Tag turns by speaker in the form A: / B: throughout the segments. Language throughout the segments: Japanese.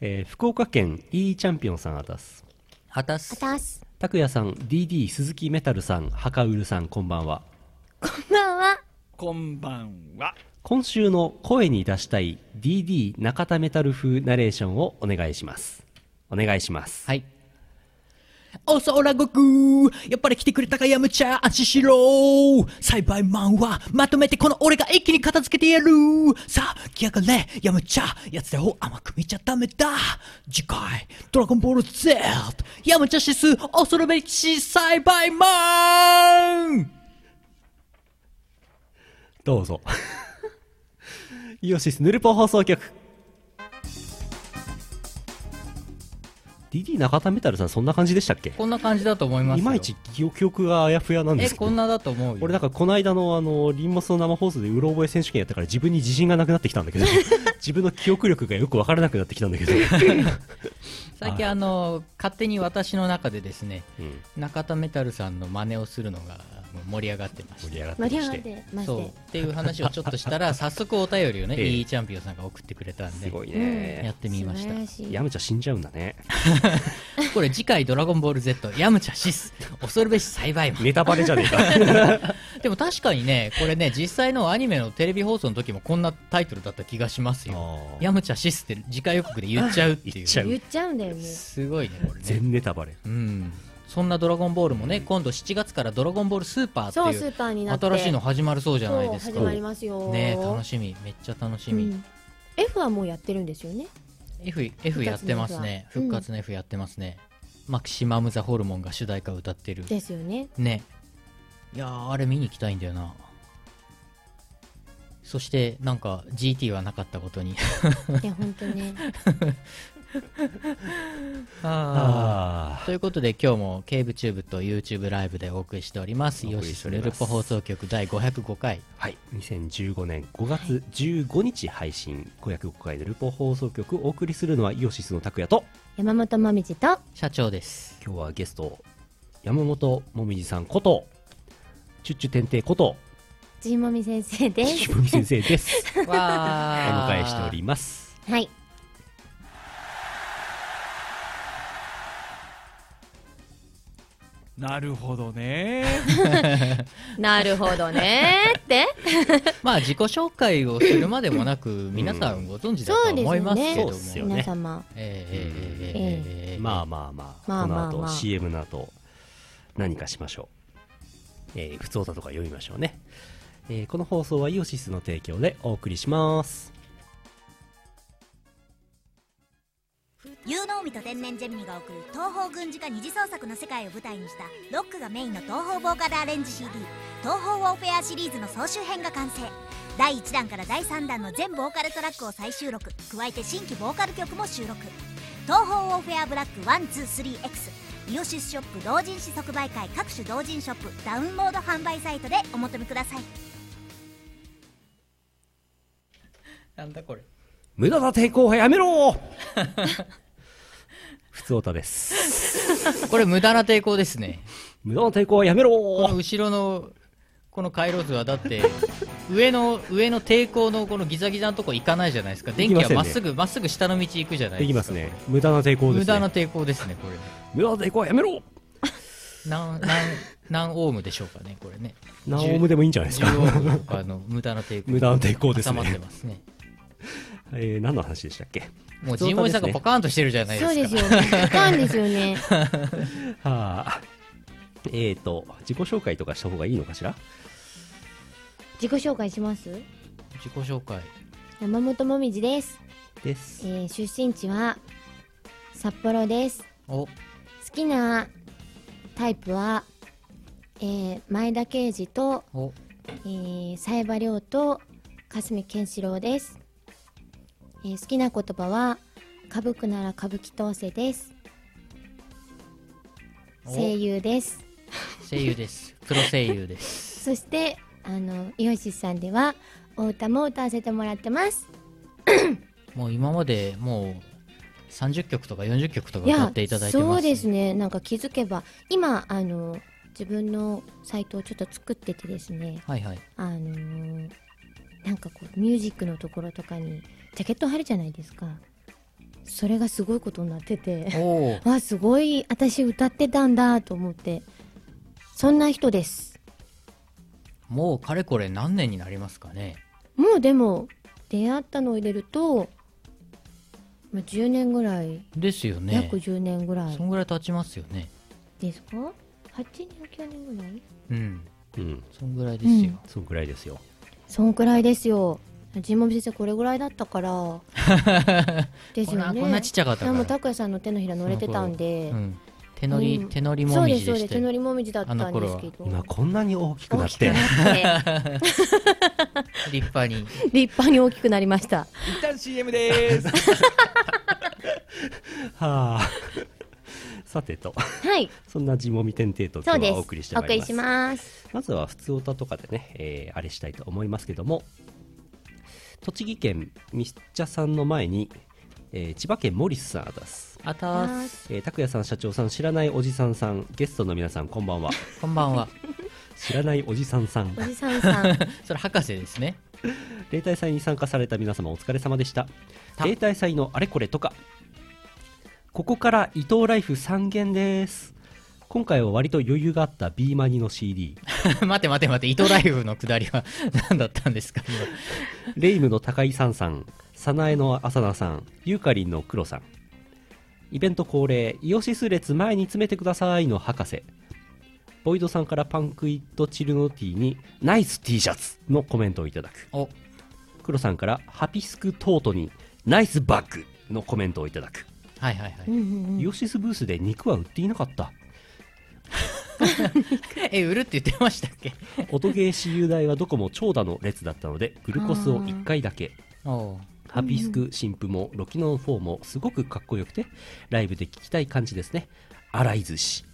A: えー福岡県 E チャンピオンさんあたす
B: はた
C: あ
B: す。
C: たす。
A: 拓也さん DD 鈴木メタルさんハカウルさんこんばんは
C: こんばんは。
D: こんばんは。
A: 今週の声に出したい DD 中田メタル風ナレーションをお願いしますお願いします、
B: はい。お空国やっぱり来てくれたかやむちゃ安心しろ栽培マンはまとめてこの俺が一気に片付けてやるさあ来やがれやむちゃやつらを甘く見ちゃダメだ次回ドラゴンボール Z やむちゃ指数恐るべし栽培マン
A: どうぞイオシスヌルポ放送局 DD 中田メタルさんそんな感じでしたっけ
B: こんな感じだと思います
A: いまいち記記憶があやふやなんで
B: え
A: すけど
B: こんなだと思う
A: 俺なんかこの間のあのリンモスの生放送でうろ覚え選手権やったから自分に自信がなくなってきたんだ けど自分の記憶力がよく分からなくなってきたんだけど、
B: 最近あの勝手に私の中でですね
A: うん
B: 中田メタルさんの真似をするのがもう盛り上がってまし
A: 盛り上がって
C: 盛
A: ま
C: り上
A: し
C: がっててまし。
B: そうってていう話をちょっとしたら早速お便りをね、
A: ええ
B: いいチャンピオンさんが送ってくれたん
A: す
B: で
A: ごい
B: やっ
A: ね
B: てみまし
C: 素晴ら
B: た
C: しい。
A: ヤムチャ死んじゃうんだね
B: これ次回「ドラゴンボール Z ヤムチャシス恐るべし栽培マン
A: ネタバレじゃ ねえか」
B: でも確かにねこれね実際のアニメのテレビ放送の時もこんなタイトルだった気がしますよ
A: あ
B: 「
A: ー
B: ヤムチャシス」って次回予告で言っちゃうってい
A: 言
B: う
A: っちゃう
C: 言っちゃうんだよね。
B: すごいねこれね
A: 全ネタバレ
B: うんそんな「ドラゴンボール」もね今度7月から「ドラゴンボールスーパー」って
C: そう、ス
B: いう
C: ーパーになって。
B: 新しいの始まるそうじゃない
C: そう、
B: です
C: 始
B: か
C: まりますよ。
B: ね楽しみめっちゃ楽しみ、
C: うん F はもうやってるんですよね。
B: F, F やってますね復
C: 復
B: 活
C: 活
B: の F やってますね、マキシマム・ザ・ホルモンが主題歌を歌ってる
C: ですよ ね。
B: ねいやーあれ見に行きたいんだよなそしてなんか GT はなかったことに
C: いや、本当ね。
B: あ
A: あ
B: ということで今日もケーブチューブと YouTube ライブでお送りしております
A: お
B: よ
A: 送り
B: し
A: して
B: そ
A: おり
B: れ
A: ます
B: ルポ放送局第505回
A: ーはい2015年5月15日配信505回でルポ放送局お送りするのはイオシスの拓也と
C: 山本まみじと、
B: 社長です
A: 今日はゲスト山本もみじさんことチュッチュ天帝こと
C: じいもみ先生です。
A: ひぶみ先生です お
B: わ
A: 迎えしております
C: はい。
D: なるほど ね。
C: なるほどねー って。
B: まあ自己紹介をするまでもなく皆さんご存知だとは思いますけども、
A: そうですよね
C: 皆様。
B: ええええええ
A: まあまあまあ、
C: まあまあまあ
A: この後 CM の後何かしましょう、えー、普通歌とか読みましょうね、えーこの放送はイオシスの提供でお送りします
E: 有能美と天然ジェミニが送る東方軍事化二次創作の世界を舞台にしたロックがメインの東方ボーカルアレンジ CD「東方ウォーフェア」シリーズの総集編が完成第1弾から第3弾の全ボーカルトラックを再収録加えて新規ボーカル曲も収録「東方ウォーフェアブラック 123X」イオシスショップ同人誌即売会各種同人ショップダウンロード販売サイトでお求めください
B: なんだこれ
A: 無駄な抵抗はやめ ろ普通歌です
B: これ無駄な抵抗ですね
A: 無駄な抵抗はやめ
B: この
A: ろ
B: 後ろのこの回路図はだって上の上の抵抗のこのギザギザのとこ行かないじゃないですか電気
A: 行
B: は
A: きま
B: まっ
A: せんね
B: すぐまっすぐ下の道行くじゃない
A: で
B: ですか
A: きますね無駄な抵抗です、ね、
B: 無駄な抵抗ですねこれ
A: 無駄な抵抗はやめろ
B: 何何何オームでしょうかねこれね
A: 何オームでもいいんじゃないですか
B: 10オームとかの無駄な抵抗
A: 無駄な抵抗です
B: 挟まって
A: ね、
B: ますね
A: えー、何の話でしたっけ
B: もうジンボイさんがポカーンとしてるじゃないで
C: そうで
B: すか
C: すよね。 いたんですよね。
A: はあえーと自己紹介とかした方がいいのかしら
C: 自己紹介します
B: 自己紹介
C: 山本もみじです。
A: です
C: えー出身地は札幌です。
B: お
C: 好きなタイプは、えー前田圭司と、
B: お
C: えー、冴羽亮とかすみ健志郎です、えー好きな言葉は歌舞伎なら歌舞伎統制です
B: お
C: 声優です
B: 声優ですプロ声優 です
C: そしてあのイオシスさんではお歌も歌わせてもらってます
B: もう今までもう30曲とか40曲とか
C: い
B: 歌
C: や
B: っていただいてますね、
C: そうですねなんか気づけば今あの自分のサイトをちょっと作っててですね
B: はいはい
C: あのーなんかこうミュージックのところとかにジャケット貼るじゃないですかそれがすごいことになってて
A: おお
C: わあすごい私歌ってたんだと思ってそんな人です
B: もうかれこれ何年になりますかね
C: もうでも出会ったのを入れると、まあ、10年ぐらい、
B: ですよね
C: 約10年ぐらい
B: そんぐらい経ちますよね
C: ですか8年9年ぐらい
B: うん
A: うん
B: そんぐらいですよ、
A: そんくらいですよ
C: そんくらいですよ神保先生これぐらいだったからですよ
B: こん
C: ね
B: なこんなちっちゃかっ
C: で
B: たから
C: も拓哉さんの手のひら乗れてたんで、
B: うん手乗り、
C: うん
B: 手乗り
C: そ
B: も
C: う
B: み
C: で
B: じ
C: すそう
B: で
C: です
B: した
C: 手
B: よ
C: 乗りもみじだったんですけど
A: 今こんなに大きくな
C: 大
A: っ
C: きく
A: て
C: なって
B: 立派に
C: 立派に大きくなりました
D: 一旦 CM でーす。
A: はあ さてと
C: はい
A: そんな地もみ天帝と今
C: そ
A: 日
C: うです
A: はお送りしてまいります
C: ます
A: まずは普通歌とかでね、えーあれしたいと思いますけども栃木県みっちゃさんの前に、えー千葉県モリスさんあたす
B: あたーす
A: えー拓也さん社長さん知らないおじさんさんゲストの皆さんこんばんは
B: こんばんは
A: 知らないおじさんさん
C: おじさんさん
B: それ博士ですね
A: 例大祭に参加された皆様お疲れ様でした
B: た
A: 例大祭のあれこれとかここから伊藤ライフ3弦です今回は割と余裕があった B マニの CD
B: 待て待て待て、糸ライフの下りは 何だったんですか
A: レイムの高井さんさん、早苗の浅菜さん、ユーカリンの黒さん。イベント恒例、イオシス列前に詰めてくださいの博士。ボイドさんからパンクイットチルノティーに、ナイス T シャツのコメントをいただく。
B: お、
A: 黒さんから、ハピスクトートに、ナイスバッグのコメントをいただく。
B: はいはいは
C: う
B: い。
C: んうん
A: イ
C: うん
A: オシスブースで肉は売っていなか った。
B: え、売るって言ってましたっけ
A: 音ゲー私有代はどこも長蛇の列だったので、グルコスを1回だけ。
B: お
A: ハピスク新婦もロキノン4もすごくかっこよくてライブで聴きたい感じですね洗い寿司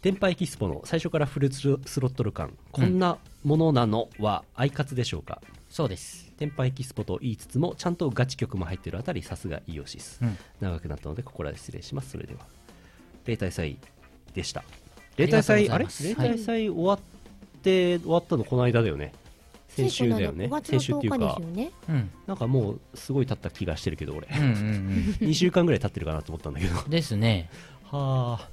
A: 天パイキスポの最初からフルスロスロットル感こんなものなのはアイカツでしょうか、
B: そうです。
A: 天パイキスポと言いつつもちゃんとガチ曲も入ってるあたりさすがイオシス、
B: うん
A: 長くなったのでここらで失礼しますそれでは例大祭でした例大祭あ
B: あり
A: れ
B: がとう
A: 例
B: ございます
A: 大祭終わって終わったのこの間だよね 先週だよね
C: 5月の
A: 先週ってい
C: 10
A: う
C: 日
A: か
C: ですよね
B: うん。
A: なんかもうすごい経った気がしてるけど 俺
B: うんうん
A: 2週間ぐらい経ってるかなと思ったんだけど は
B: うん。ですね。
A: あ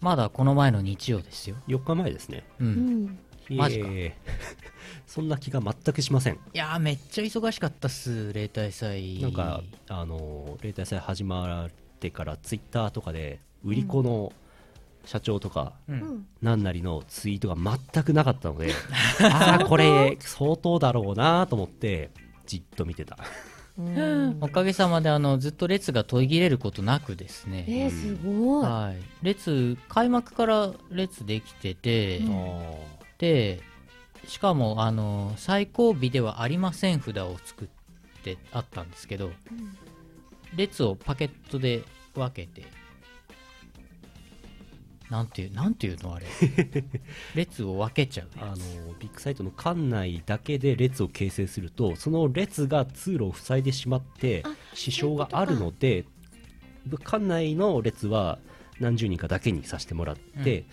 B: まだこの前の日曜ですよ。
A: 4日前ですね
B: う。
C: うんん
B: マジか
A: へえ そんな気が全くしません
B: いやー、めっちゃ忙しかったっす、例大祭。
A: なんかあのー例大祭始まってからツイッターとかで売り子の社長とか、
B: う。
C: うんん
A: なんなりのツイートが全くなかったのでああこれ相当だろうなと思ってじっと見てた
C: うん
B: おかげさまで、あの、ずっと列が途切れることなくですね。
C: えーすごい
B: はい。列、開幕から列できてて、
C: うん
B: でしかもあの最後尾ではありません札を作ってあったんですけど、列をパケットで分けてなんていうなんていうのあれ列を分けちゃう
A: あ
B: や
A: の
B: つ
A: ビッグサイトの館内だけで列を形成するとその列が通路を塞いでしまって
C: あ
A: 支障があるので館内の列は何十人かだけにさせてもらって、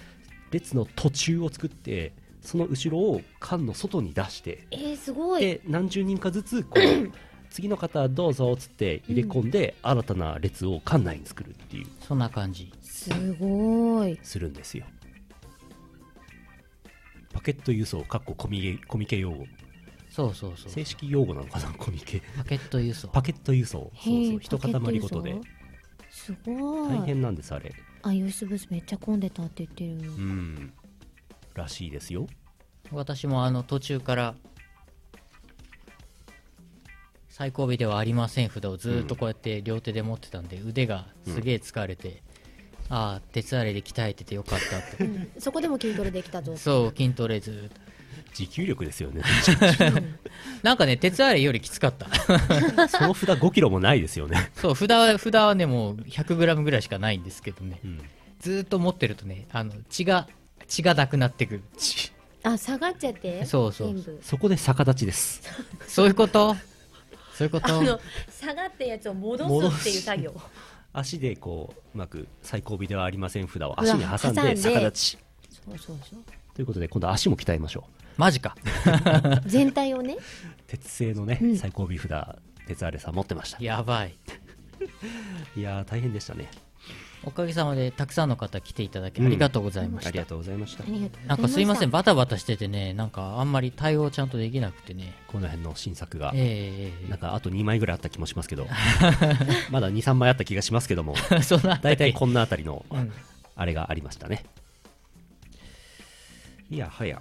A: 列の途中を作ってその後ろを館の外に出して
C: えーすごい
A: で何十人かずつこ う次の方どうぞっつって入れ込んで、新たな列を館内に作るっていう
B: そんな感じ
C: すごい
A: するんですよパケット輸送かっこコミケコミケ用語
B: そうそうそう
A: 正式用語なのかなコミケ
B: パケット輸送
A: パケット輸送
C: へ
A: そう
C: ー
A: そう一塊ごとで
C: パケットすごい
A: 大変なんですあれ
C: あイオシスブースめっちゃ混んでたって言ってる
A: うんらしいですよ
B: 私もあの途中から最後尾ではありません札をずーっとこうやって両手で持ってたんで、腕がすげえ疲れて、ああ鉄アレで鍛えててよかったって
C: そこでも筋トレできたぞ
B: そう筋トレずーっと
A: 持久力ですよね
B: なんかね鉄アレよりきつかった
A: その札5キロもないですよね、
B: そう札は札はねもう 100g ぐらいしかないんですけどね
A: うん、
B: ずーっと持ってるとねあの血が血がなくなってくる血
C: あ下がっちゃって
B: そうそう
C: 全部
A: そこで逆立ちです
B: そういうことそういうこ
C: あの
B: と
C: 下がったやつを戻すっていう作業
A: 足でこううまく最後尾ではありません札を
C: うわ
A: 足に挟ん
C: 挟ん
A: で
C: で
A: 逆立ち
C: そうそうそう
A: ということで今度は足も鍛えましょう
B: マジか
C: 全体をね
A: 鉄製のね、
C: うん
A: 最後尾札鉄アレさん持ってました
B: やばい
A: いやー大変でしたね
B: おかげさまでたくさんの方来ていただきありがとうございま
A: あ
B: し
A: り
B: た、
A: がとうございました
C: ありがとうございました
B: なんかすいませんバタバタしててねなんかあんまり対応ちゃんとできなくてね
A: この辺の新作が、
B: ええ
A: なんかあと2枚ぐらいあった気もしますけど まだ23枚あった気がしますけど も
B: ええ そんなあったっ
A: 大
B: け
A: 体こんなあたりの
B: うん
A: あれがありましたね、いやはや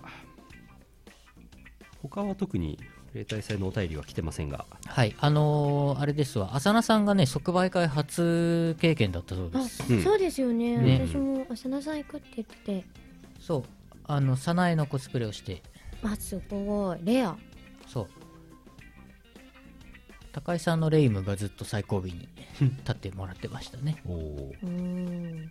A: 他は特に例大祭のお便りは来てませんが
B: はいあのーあれですわ浅野さんがね即売会初経験だったそうで
C: あ
B: す、
A: うん
C: そうですよね
B: ね
C: 私も浅田さん行くって言ってて
B: そうあの早苗のコスプレをして
C: あすごいレア
B: そう高井さんのレイムがずっと最後尾に立ってもらってましたね
A: おお
C: うーん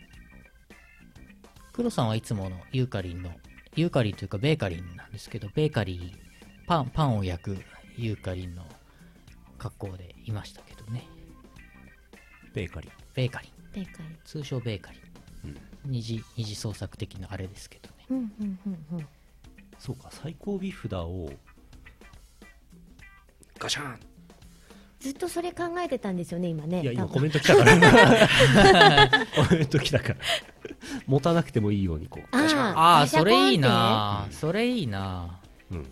B: 黒さんはいつものユーカリンのユーカリンというかベーカリンなんですけどベーカリーパンパンを焼くユーカリンの格好でいましたけどね
A: ベーカリー
B: ベーカリン
C: でかい
B: 通称ベーカリン、二次二次創作的なあれですけどね
C: うんうんうんうん
A: そうか最高尾札をガシャン
C: ずっとそれ考えてたんですよね今ね
A: いや今
C: 多分
A: コメント来たから コメント来たから持たなくてもいいようにこうガシャン
B: ああ
C: ガシャ
B: そ
C: コンって
B: れいいなそれいいな
A: うん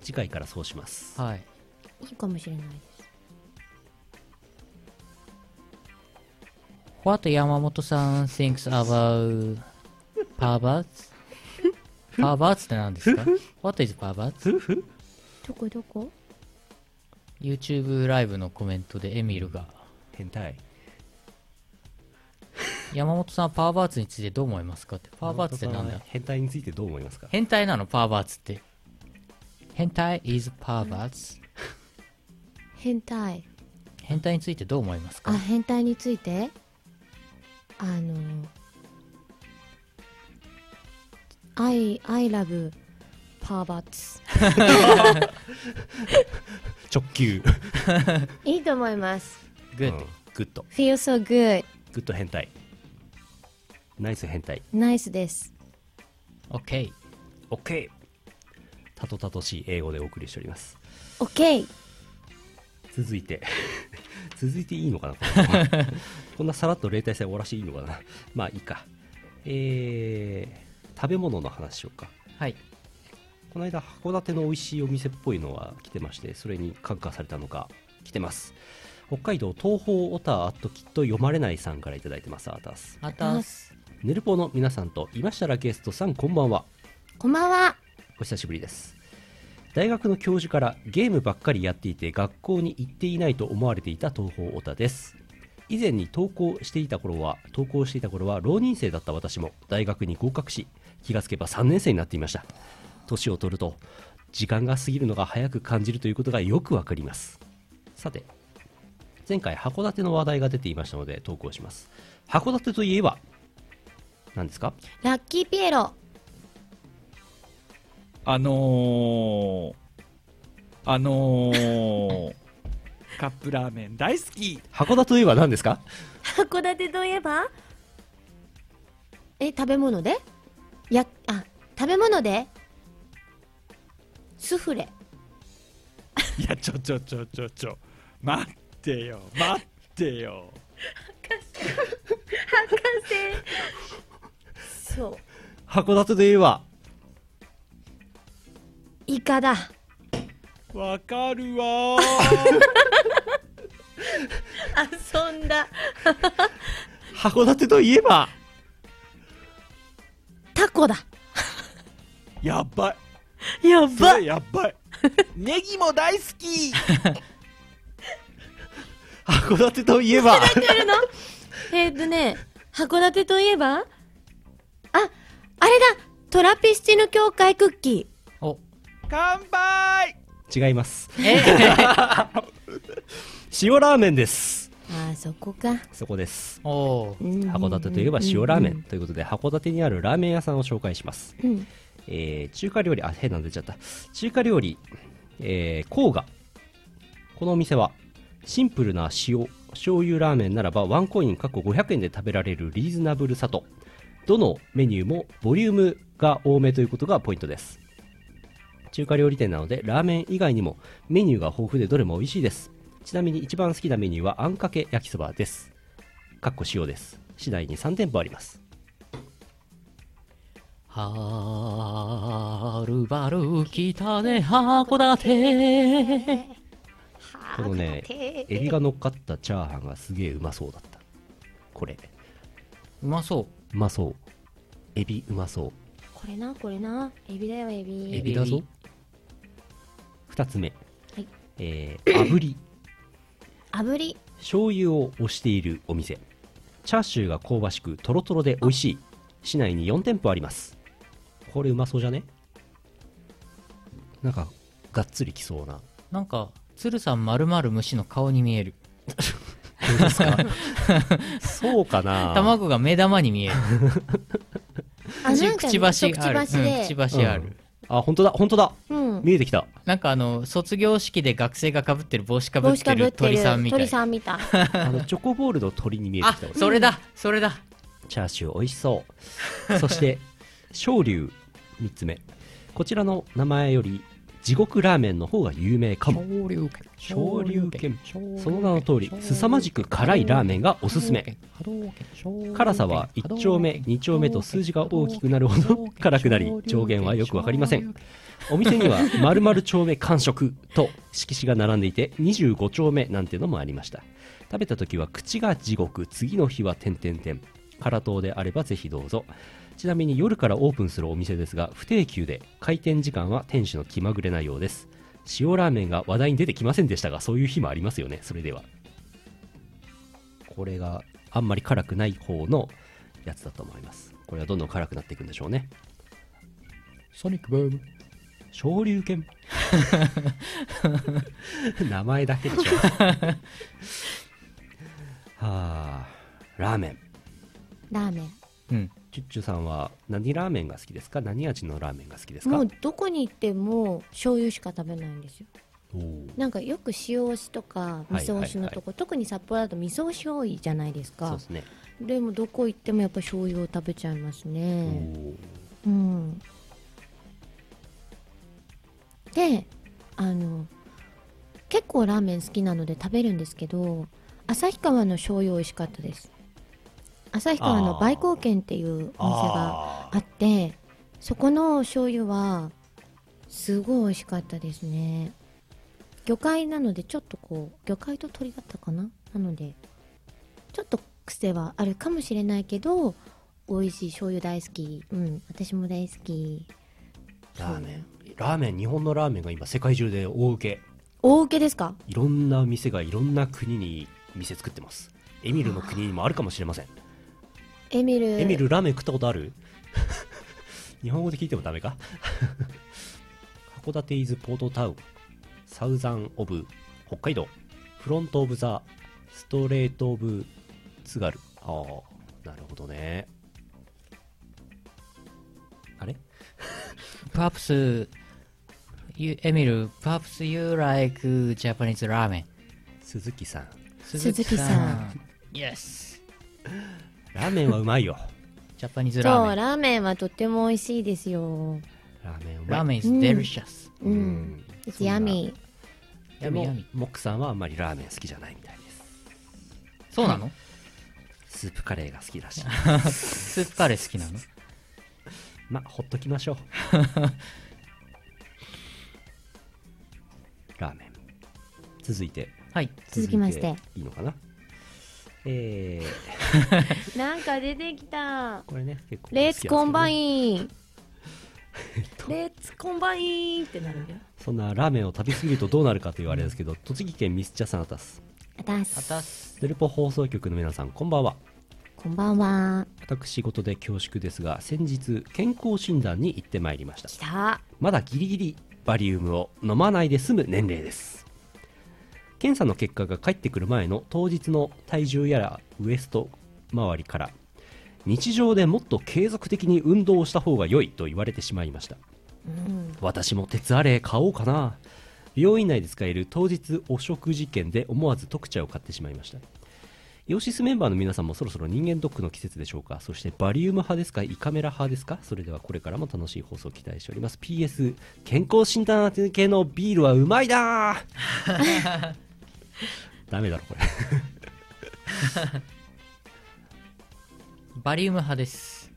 A: 次回からそうします
B: はい
C: いいかもしれないです
B: ホワット山本さん thinks about perverts? perverts って何ですか ?What is perverts?
C: どこどこ
B: YouTube ライブのコメントでエミルが
A: 変態
B: 山本さんはパーバーツについてどう思いますかってパーバーツってなんだ
A: 変態についてどう思いますか
B: 変態なのパーバーツって変態 is パーバーツ
C: 変態
B: 変態についてどう思いますか
C: あ変態についてあの「I, I love パーバッツ
A: 直球」
C: いいと思います
A: グ
B: Good
A: グッド
C: Feel so good
A: グッド変態ナイス変態
C: ナイスです
B: OK
A: オッケーたとたとしい英語でお送りしております
C: OK
A: 続いて 続いていいのかなこんなこんなさらっと例大祭終わらしていいのかなまあいいかえー、食べ物の話しようか
B: はい
A: この間函館の美味しいお店っぽいのが来てましてそれに感化されたのが来てます北海道東方オタあときっと読まれないさんからいただいてますアータス
B: また
A: ネルポの皆さんといましたらゲストさんこんばんは
C: こんばんは
A: お久しぶりです大学の教授からゲームばっかりやっていて学校に行っていないと思われていた東方オタです以前に投稿していた頃は投稿していた頃は浪人生だった私も大学に合格し気がつけば3年生になっていました年を取ると時間が過ぎるのが早く感じるということがよくわかりますさて前回函館の話題が出ていましたので投稿します函館といえば何ですか
C: ラッキーピエロ
D: あのー、あのー、カップラーメン大好き
A: 函館といえば何ですか
C: 函館といえばえ食べ物でやあ食べ物でスフレ
D: いや、ちょちょちょちょちょ、待ってよ、待ってよ。
C: 博士そう
A: 函館といえば
C: イカだ
D: わかる わ
C: 遊んだ
A: 函館といえば
C: タコだ
D: ー。やばい。
C: や
D: それやばい。ネギも大好き。
A: 函館といえば
C: えーっとね函館といえばああれだトラピスチの教会クッキ
B: お
D: 乾杯。
A: 違います
B: え
A: 塩ラーメンです
C: ーあーそこか
A: そこです
B: おー
A: 函館といえば塩ラーメンということで函館にあるラーメン屋さんを紹介します、
C: うん
A: えー中華料理あ変なの出ちゃった中華料理えー、甲賀このお店はシンプルな塩醤油ラーメンならばワンコイン過去500円で食べられるリーズナブルさとどのメニューもボリュームが多めということがポイントです中華料理店なのでラーメン以外にもメニューが豊富でどれも美味しいですちなみに一番好きなメニューはあんかけ焼きそばですかっこ塩です市内に3店舗あります
F: はるばる北で函館
A: このねエビが乗っかったチャーハンがすげえうまそうだったこれ
F: うまそう
A: まそうエビうまそう
C: これなこれなエビだよエビ
A: エビだぞ2つ目、
C: はい
A: えー、炙り
C: 炙り
A: 醤油を推しているお店チャーシューが香ばしくとろとろで美味しい市内に4店舗ありますこれうまそうじゃねなんかがっつりきそうな
F: うなんか鶴さんまるまる虫の顔に見える
A: そうかな
F: 卵が目玉に見える
C: あなんかね
F: くちばし
C: く
F: あ
C: ち
F: る
C: ばしで
F: うんくちばしある、
A: うんあ本当だ本当だ
C: うん
A: 見えてきた
F: なんかあの卒業式で学生がかぶってる帽子かぶ
C: 帽
F: っ
C: 子か
F: て
C: ぶっ
F: る
C: てる
F: 鳥さんみたい
C: 鳥さんみたい
A: あのチョコボールの鳥に見えて
F: あ
A: きた俺
F: それだそれだ
A: チャーシュー美味しそう。そして、昇龍3つ目。こちらの名前より、地獄ラーメンの方が有名かも。
F: 竜拳
A: 昇竜拳。その名の通り、凄まじく辛いラーメンがおすすめ。辛さは1丁目、2丁目と数字が大きくなるほど辛くなり、上限はよくわかりません。お店には、〇〇丁目完食と色紙が並んでいて、25丁目なんてのもありました。食べた時は口が地獄、次の日は点々点。辛党であればぜひどうぞ。ちなみに夜からオープンするお店ですが、不定休で、開店時間は店主の気まぐれなようです。塩ラーメンが話題に出てきませんでしたが、そういう日もありますよね、それでは。これがあんまり辛くない方のやつだと思います。これはどんどん辛くなっていくんでしょうね。
D: ソニックブーム
A: 昇竜 拳名前だけでし ょはあラーメン
C: ラーメン
F: うん
A: チュッチュさんは何ラーメンが好きですか何味のラーメンが好きですか
C: もうどこに行っても醤油しか食べないんですよ
A: おー
C: なんかよく塩押しとか味噌押しのとこ、
A: はいはい
C: 特に札幌だと味噌醤油じゃないです
A: そう
C: か
A: ですね、
C: でもどこ行ってもやっぱ醤油を食べちゃいます
A: お
C: ね
A: ー
C: うんであの結構ラーメン好きなので食べるんですけど旭川の醤油美味しかったです旭川の梅光軒っていうお店が
A: あ
C: あってそこの醤油はすごい美味しかったですね魚介なのでちょっとこう魚介と鶏だったかななのでちょっと癖はあるかもしれないけど美味しい醤油大好きうん私も大好き
A: ーラーメンラーメン日本のラーメンが今世界中で大受け
C: 大受けですか
A: いろんな店がいろんな国に店作ってますエミルの国にもあるかもしれません
C: エミル
A: エミルラーメン食ったことある 日本語で聞いてもダメか 函館イズポートタウンサウザンオブ北海道フロントオブザストレートオブ津軽ああなるほどねあれ
F: Perhaps you, Emil, perhaps you like Japanese ramen.
A: 鈴木さん
C: 鈴木さん。
F: Yes.
A: ラーメンはうま いよ
F: Japanese
C: そう
F: ramen.
C: ラーメンはとっても美味しいですよ
A: ラーメンうま
F: Ramen
A: い
F: is
C: うん
F: delicious.
C: うん、
A: うん
C: いつやみ
A: でも
F: Yummy, yummy.
A: モックさんはあんまりラーメン好きじゃないみたいです
F: そうなの
A: スープカレーが好きだし
F: スープカレー好きなの
A: まあほっときましょう ラーメン続いて
F: はい。
C: 続きまして
A: いいのかなえー、
C: なんか出てきた
A: これね結構
C: レッツコンバ
A: ン
C: イン。 レッツコンバインってなるよ。
A: そんなラーメンを食べ過ぎるとどうなるかというあれですけど栃木県ミスチャサナタス
C: あた
F: あ
C: す。
F: たす。
A: ヌルポ放送局の皆さんこんばんは
C: こんばんは。
A: 私事で恐縮ですが先日健康診断に行ってまいりました
C: 来た。
A: まだギリギリバリウムを飲まないで済む年齢です検査の結果が返ってくる前の当日の体重やらウエスト周りから日常でもっと継続的に運動をした方が良いと言われてしまいました
C: うん。
A: 私も鉄アレ買おうかな病院内で使える当日お食事券で思わず特茶を買ってしまいましたヨシスメンバーの皆さんもそろそろ人間ドックの季節でしょうかそしてバリウム派ですか胃カメラ派ですかそれではこれからも楽しい放送を期待しております PS 健康診断系のビールはうまいだーダメだろこれ
B: バリウム派です。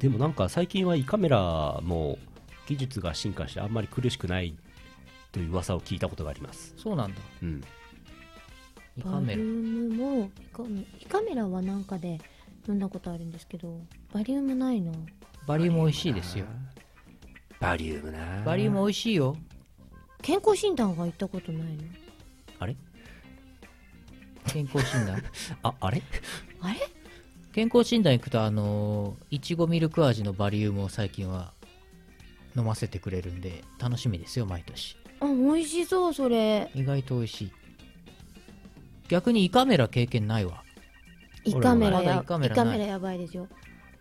A: でもなんか最近は胃カメラも技術が進化してあんまり苦しくないという噂を聞いたことがあります
B: そうなんだ。
A: うん
B: 胃
C: バ
B: カ
C: リ
B: メ
C: ウ
B: ラ。
C: ムも胃カメ胃カメラはなんかで飲んだことあるんですけどバリウムないの
B: バリウム美味しいですよ。
A: バリウムな
B: バリウム美味しいよ。
C: 健康診断は行ったことないの
A: あれ
B: 健康診断。
A: ああれ
C: あれ
B: 健康診断行くと、あのーいちごミルク味のバリウムを最近は飲ませてくれるんで、楽しみですよ、毎年。
C: あ美味しそうそれ
B: 意外と美味しい。逆に胃カメラ経験ないわ。
C: 胃カメラ
B: 俺もま
C: や
B: だ胃カメラ
C: 胃
B: ない
C: カメラやばいですよ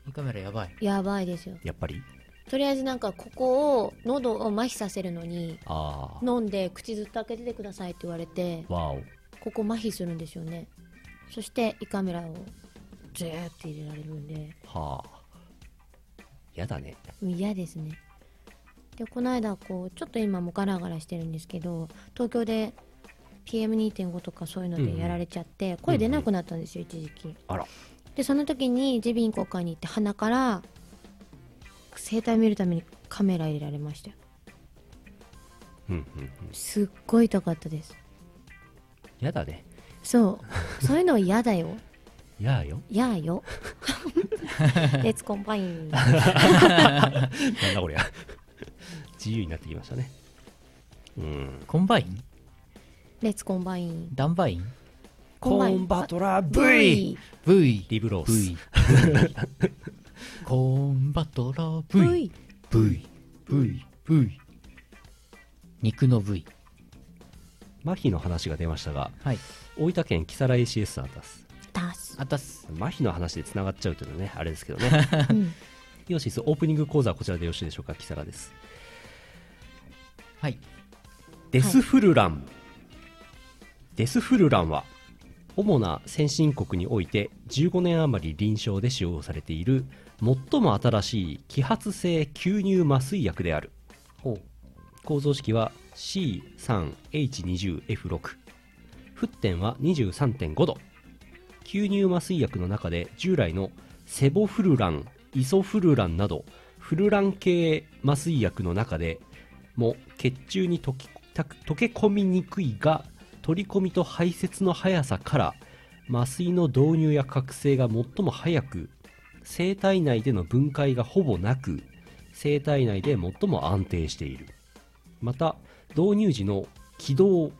B: 胃カメラやばい。
C: やばいですよ
A: やっぱり
C: とりあえずなんかここを喉を麻痺させるのに
A: あ
C: 飲んで口ずっと開けててくださいって言われて
A: あわお
C: ここ麻痺するんですよねそして胃カメラをずーって入れられるんで
A: はあやだね
C: もう嫌ですねでこの間こうちょっと今もガラガラしてるんですけど東京で PM2.5 とかそういうのでやられちゃって、声出なくなったんですよ、一時期
A: あら
C: でその時に耳鼻咽喉科に行って鼻から声帯見るためにカメラ入れられましたよ
A: うんうんうん
C: すっごい痛かったです
A: やだね
C: そ うそういうの嫌だよ
A: やあよ
C: 嫌よレッツコンバイン
A: なんだこりゃ 自由になってきましたねうん
B: コンバイン
C: レッツコンバイン
B: ダンバイン
C: コンバイン
A: トラ
C: V
B: ?V!
A: リブロース
B: V。コンバトラ V。
C: V
B: V。V。V。肉の V。
A: 麻痺の話が出ましたが
B: はい。
A: 大分県木更津市 S さんです
C: 出す、
B: あたす。
A: 麻痺の話でつながっちゃうというのはねあれですけどね
C: うん
A: イオシスオープニング講座はこちらでよろしいでしょうか木更です
B: はい。
A: デスフルラン、デスフルランは主な先進国において15年余り臨床で使用されている最も新しい揮発性吸入麻酔薬である構造式は C3H20F6 沸点は23.5度吸入麻酔薬の中で従来のセボフルランイソフルランなどフルラン系麻酔薬の中でも血中に溶きた溶け込みにくいが取り込みと排泄の速さから麻酔の導入や覚醒が最も早く生体内での分解がほぼなく生体内で最も安定しているまた導入時の気道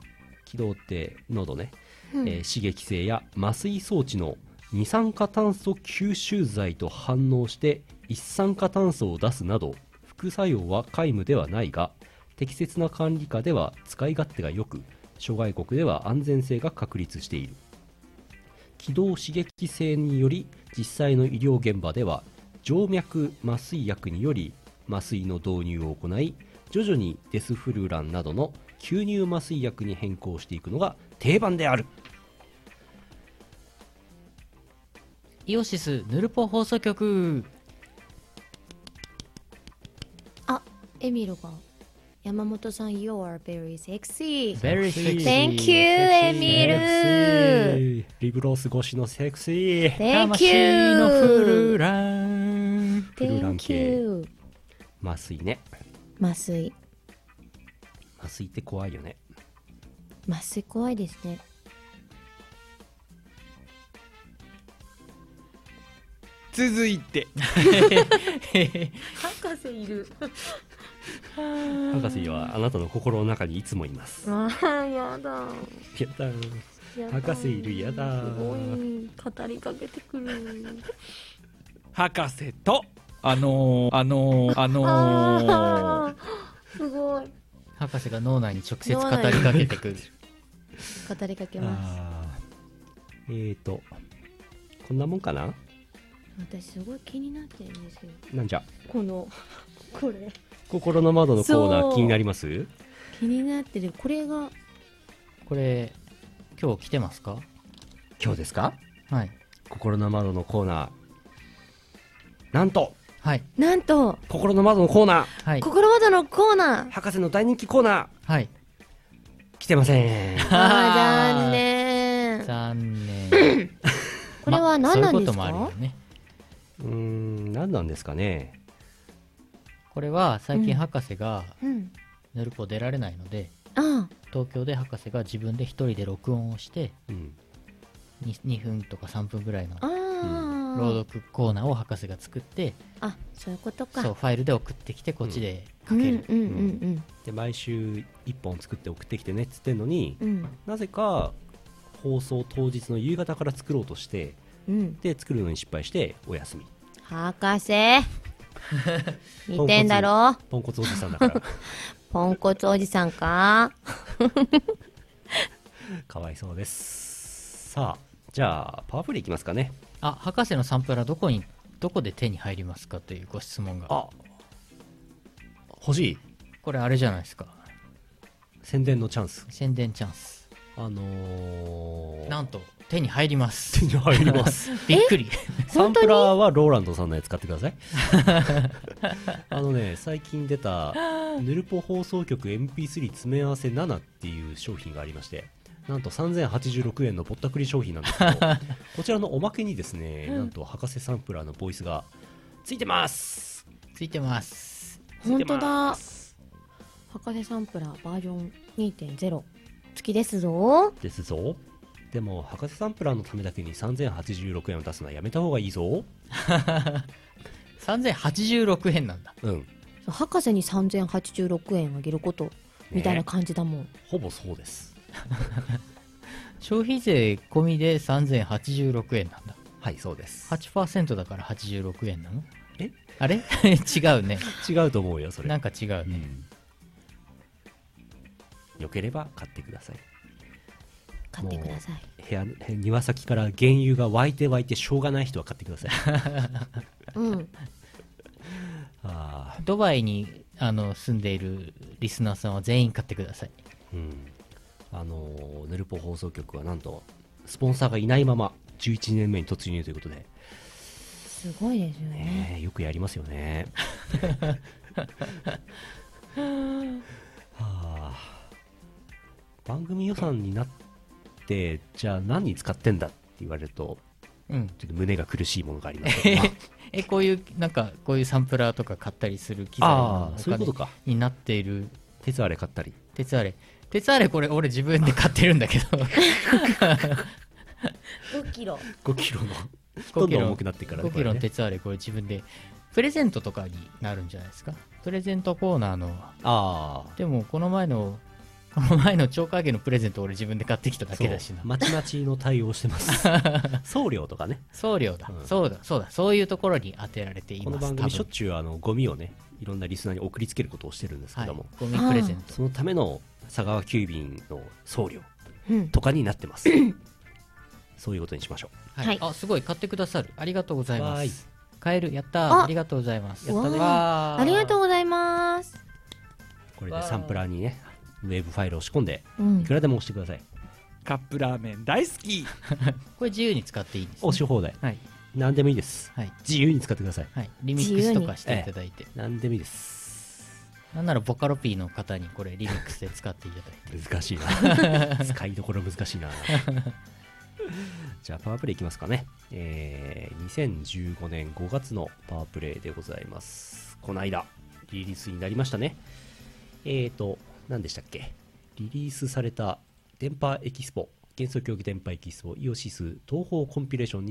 A: 気道って喉ね、
C: うん
A: えー刺激性や麻酔装置の二酸化炭素吸収剤と反応して一酸化炭素を出すなど副作用は皆無ではないが適切な管理下では使い勝手が良く諸外国では安全性が確立している気道刺激性により実際の医療現場では静脈麻酔薬により麻酔の導入を行い徐々にデスフルランなどの吸入麻酔薬に変更していくのが定番である
B: イオシスヌルポ放送局
C: あエミロが山本さん You are very sexy
B: Very sexy
C: Thank you エミル
A: リブロース越しのセクシー
C: Thank
B: 魂のフル
C: you
B: ラン
A: フルラン
C: Thank
A: 系
C: you
A: 麻酔ね
C: 麻酔
A: 麻酔って怖いよね
C: 麻酔怖いですね
D: 続いて
C: 博士いる
A: 博士はあなたの心の中にいつもいます
C: あーやだ
A: やだ
C: やだ
A: 博士いるやだ
C: すごい語りかけてくる
D: 博士とあのー、あのー、あの
C: あーすごい
B: 博士が脳内に直接語りかけてくる
C: 語りかけます
A: あーえーとこんなもんかな
C: 私すごい気になってるんですよ
A: なんじゃ
C: このこれ
A: 心の窓のコーナ
C: そ
A: ー
C: う
A: 気になります
C: 気になってるこれが
B: これ今日来てますか
A: 今日ですか
B: はい
A: 心の窓のコーナーなんと
B: はい
C: なんと
A: 心の窓のコーナ
B: はい
C: 心までのコーナー
A: ー博士の大人気コーナー
B: はい
A: 来てません。
C: あー残念
B: 残念
C: これは何なんですか
B: まあそういうこともあるよね
A: うーん、何なんですかね。
B: これは最
C: うん
B: 近博士が
C: うん
B: ヌルポ出られないので、
C: あ
B: 東京で博士が自分で一人で録音をして
A: うん。
B: 2, 2分とか3分ぐらいの
C: ああー
B: 朗読コーナーを博士が作って、
C: あそういうことか
B: そうファイルで送ってきてこっちで
C: う
B: 書
C: ん
B: ける、
C: うんうん
A: で、毎週1本作って送ってきてねっつってんのに
C: う、ん
A: なぜか、放送当日の夕方から作ろうとして、
C: うんうん
A: で、作るのに失敗して、お休み。
C: 博 士見てんだろ
A: ポンコツおじさんだから、
C: ポンコツおじさんか
A: かわいそうです。さあ、じゃあ、パワープレイいきますかね。
B: あ博士のサンプラーどこにどこで手に入りますかというご質問が
A: あ欲しい
B: これあれじゃないですか
A: 宣伝のチャンス。
B: 宣伝チャンス
A: あのー、
B: なんと手に入ります
A: 手に 入ります。
B: びっくり
A: サンプラーはローランドさんのやつ買ってくださいあのね最近出たヌルポ放送局 MP3 詰め合わせ7っていう商品がありましてなんと3086円のぼったくり商品なんですけどこちらのおまけにですね、なんと博士サンプラーのボイスがついてます
B: ついてます
C: 本当だ博士サンプラーバージョン2.0付きですぞ
A: ですぞでも博士サンプラーのためだけに3086円を出すのはやめた方がいいぞ
B: 3086円なんだ
A: うん
C: そう博士に3086円あげることみたいな感じだもん、
A: ほぼそうです
B: 消費税込みで3086円なんだ
A: はいそうです
B: 8%だから86円なの
A: え
B: あれ 違うね
A: 違うと思うよそれ
B: なんか違うね
A: よければ買ってください
C: 買ってください
A: 部屋部庭先から原油が湧いて湧いてしょうがない人は買ってください
C: うん
A: ああ
B: ドバイにあの住んでいるリスナーさんは全員買ってください
A: うんあのーヌルポ放送局はなんとスポンサーがいないまま11年目に突入ということで、
C: すごいですよね
A: ねえよくやりますよね はあ番組予算になってじゃあ何に使ってんだって言われると
B: うん
A: ちょっと胸が苦しいものがありますけ ど
B: えこういうなんかこういうサンプラーとか買ったりする機材
A: あ
B: の
A: あ
B: お
A: そういうこと
B: 金
A: か
B: になっている
A: 鉄あれ買ったり
B: 鉄アレ鉄アレこれ俺自分で買ってるんだけど
C: 5キロ
A: 5キロの
B: 5
A: どんどん重くなってからね
B: 5
A: これ
B: キロ
A: ね
B: の鉄アレこれ自分でプレゼントとかになるんじゃないですかプレゼントコーナーの
A: ああ
B: でもこの前の この前の超会議のプレゼント俺自分で買ってきただけだしな
A: まちまちの対応してます 送料とかね
B: 送料だ、
A: うん
B: そうだそうだそういうところに当てられてい
A: この
B: ます
A: 番組しょ
B: 多
A: っ
B: 分
A: ちゅうあのゴミをねいろんなリスナーに送りつけることをしてるんですけ
B: はい
A: ども、
B: ゴミプレゼント
A: そのための佐川急便の送料
C: うん
A: とかになって ますそういうことにしましょ
B: はい、
C: はい
B: あすごい買ってくださるありがとうございま
A: わーい
B: す買えるやった
C: あ
B: ーありがとうございます
C: やったね
B: わー
C: ありがとうございます
A: うこれ
B: わ
A: で
B: ー
A: サンプラーにねウェブファイルを仕込んで
C: うん
A: いくらでも押してください
D: カップラーメン大好き
B: これ自由に使っていいんです、ね、
A: 押し放題
B: はい
A: 何でもいいです
B: はい
A: 自由に使ってください
B: はいリミックスとかしていただいて、
A: 何でもいいです
B: なんならボカロ P の方にこれリミックスで使っていただいて
A: 難しいな使いどころ難しいなじゃあパワープレイいきますかねえー、2015年5月のパワープレイでございますこの間リリースになりましたねえーと何でしたっけリリースされた電波エキスポ幻想競技電波エキスポイオシス東方コンピレーション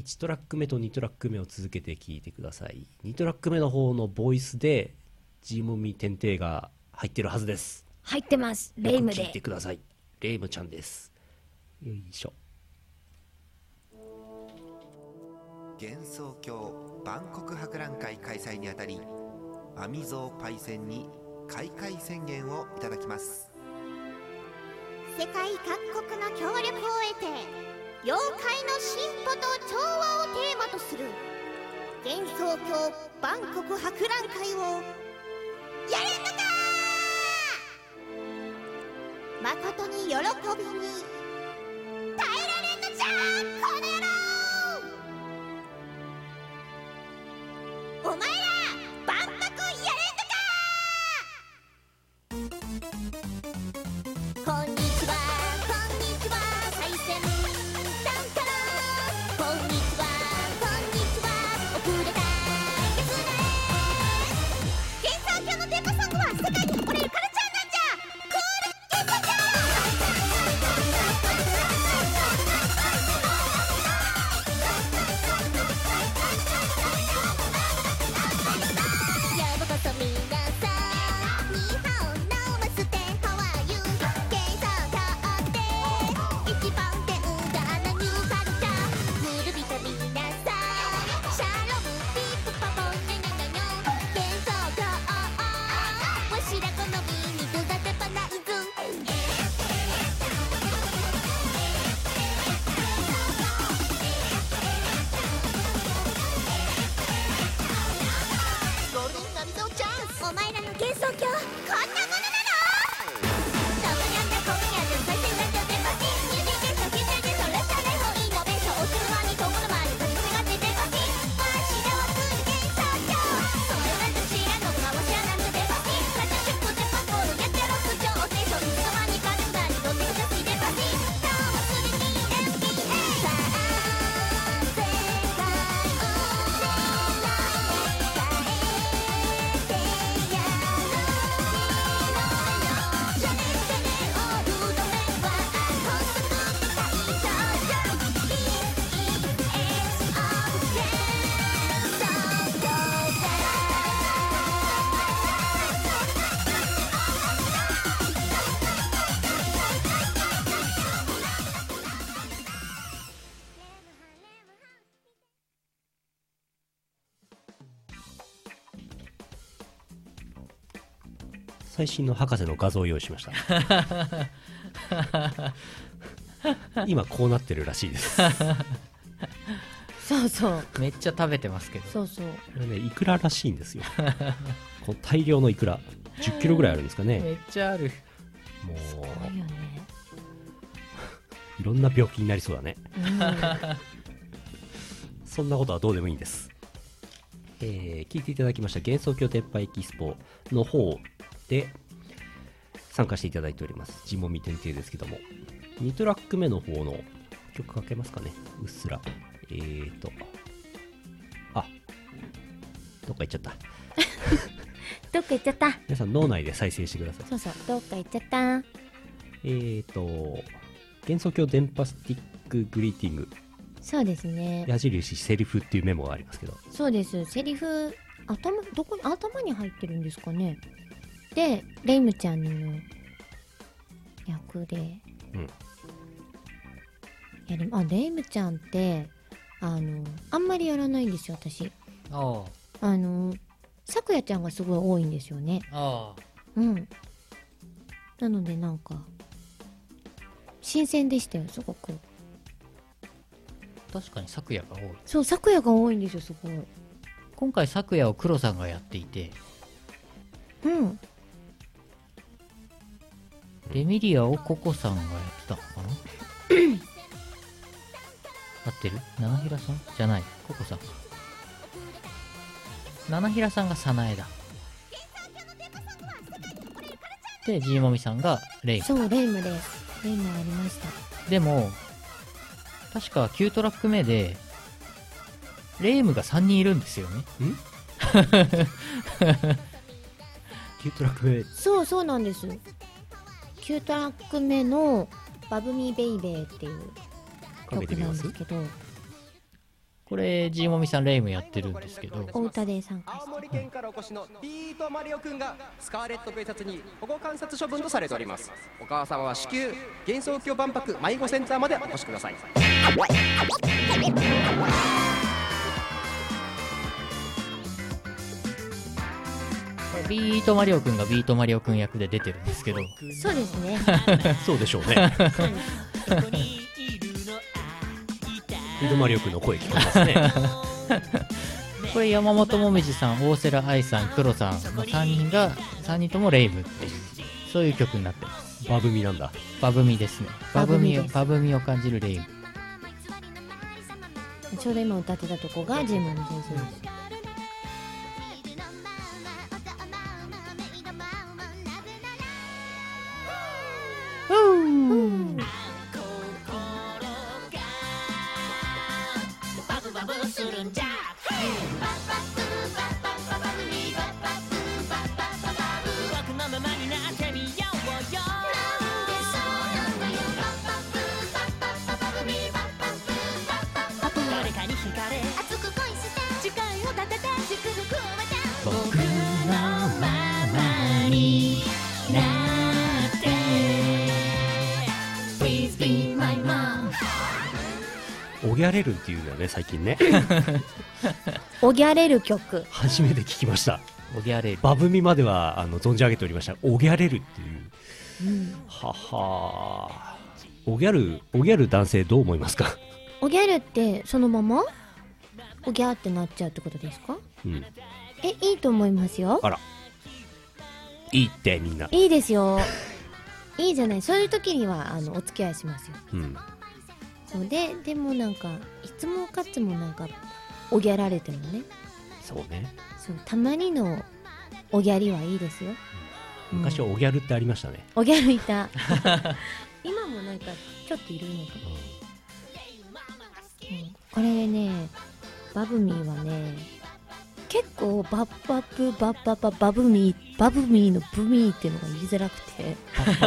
A: 231トラック目と2トラック目を続けて聞いてください2トラック目の方のボイスでジモミ天帝が入ってるはずです
E: 入ってます
A: よく聞いてくださいレイムちゃんですよいしょ
G: 幻想郷万国博覧会開催にあたりアミゾーパイセンに開会宣言をいただきます
E: 世界各国の協力を得て妖怪の進歩と調和をテーマとする幻想郷万国博覧会をやれんのか誠に喜びに耐えられんのじゃこの野郎お前ら万博やれんのか
A: 最新の博士の画像を用意しました今こうなってるらしいですこ
C: そうそう
B: めっちゃ食べてますけど
C: そうそう
A: れねイクラらしいんですよこう大量のイクラ1 0キロぐらいあるんですかね
B: めっちゃある
A: も
C: すご
A: う
C: いよね
A: いろんな病気になりそうだね
C: うん
A: そんなことはどうでもいいんです。えー聞いていただきました幻想郷撤廃エキスポの方で参加していただいております。地もみ点定ですけども。2トラック目の方の曲かけますかね。うっすら。えーと。あ、どっか行っちゃった。
C: どっか行っちゃった
A: 皆さん脳内で再生してください。
C: そうそうどっか行っちゃった
A: えーと、幻想郷電波スティックグリーティング、
C: そうですね
A: 矢印セリフっていうメモがありますけど、
C: そうですセリフ頭どこに頭に入ってるんですかねでレイムちゃんの役で、
A: うん
C: やりあレイムちゃんってあのあんまりやらないんですよ私
B: あ
C: あのさくやちゃんがすごい多いんですよね
B: あああ
C: うんなのでなんか新鮮でしたよすごく
B: 確かに昨夜が多い
C: そうさくやが多いんですよすごい
B: 今回昨夜を黒さんがやっていて
C: うん
B: レミリアをココさんがやってたのかな合ってる七平さんじゃないココさんか七平さんが早苗だでジーマミさんがレイム
C: そうレイムですレイムありました
B: でも確か9トラック目でレイムが3人いるんですよね
A: 9トラック目、
C: そうそうなんです9トラック目の「バブミーベイベー」っていう
A: かけて
C: 曲
A: み
C: なん
A: ま
C: ですすけど
B: これジーマミさんレイムやってるんですけど
C: お歌で参加
H: 青
C: して
H: 森県からお越しのビートマリオくんがスカーレット警察に保護観察処分とされておりますお母様は至急幻想郷万博迷子センターまでお越しください
B: ビートマリオくんがビートマリオくん役で出てるんですけど
C: そうです ね
A: そうでしょうね。ビートマリオ君の声聞こえますね。
B: これ山本もみじさん大瀬良愛さん黒さんの3人が3人ともレイムっていうそういう曲になってます
A: バブミなんだ。
B: バブミですねバ
C: バ
B: ブ
C: ブミ
B: ミを
C: です
B: バブミを感じるレイム
C: ちょうど今歌ってたとこがジーマン先生です
B: 僕のままになって Please be my mom
A: おぎゃれるっていうのはね、最近ね、
C: おぎゃれる曲
A: 初めて聞きました。
B: おぎゃれる
A: バブミまではあの存じ上げておりました。おぎゃれるっていう。ははおぎゃる、おぎゃる男性どう思いますか
C: おぎゃるってそのままおぎゃーってなっちゃうってことですか
A: うん。
C: えいいと思いますよ
A: あら。いいって、みんな。
C: いいですよいいじゃないそういう時にはあのお付き合いしますよ
A: うん。
C: そうででもなんかいつもかつもなんかおぎゃられてもね
A: そうね。
C: そうたまにのおぎゃりはいいですよ
A: 昔はおぎゃるってありましたね。
C: おぎゃるいた今もなんかちょっといるのかな、うんこれでねバブミーはね結構バッバブバッバババブミーバブミーのブミーっていうのが言いづらくて
A: パッ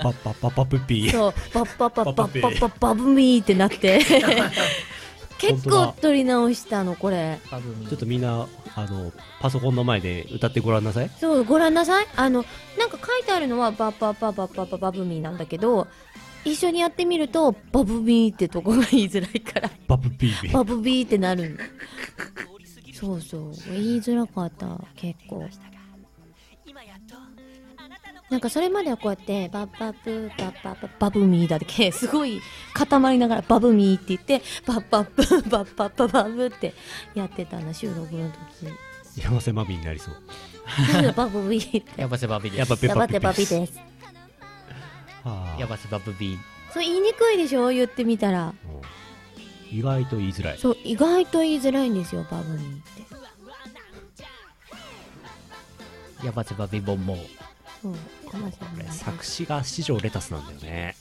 A: パッパッパッパプピー。
C: そうバッバババッバババブミーってなって結構取り直したのこれ
B: バブミ
A: ちょっとみんな、あの、パソコンの前で歌ってごらんなさい。
C: そうご覧なさいあのなんか書いてあるのはバッバッバッバッバッバッバブミーなんだけど一緒にやってみるとバブミーってとこが言いづらいから
A: パプピー。
C: バブビーってなるんだそうそう言いづらかった結構なんかそれまではこうやってバッバブバッバブバブミーだっけすごい固まりながらバブミーって言ってバッバブバッバブバブってやってたんだ収録の時
A: 山瀬まみになりそう
C: なんだバブミーって
B: ヤバセバビです。
A: やばペ
C: やば
A: パピ
C: て
A: ピ
C: バビです
A: はあ
B: ヤバセバブビ
C: それ言いにくいでしょ言ってみたら
A: もう意外と言いづらい
C: そう意外と言いづらいんですよバブミーって
B: ヤバセバビボ ンモー。
C: そう山さん
A: これ
C: も
A: 作詞が四条レタスなんだよね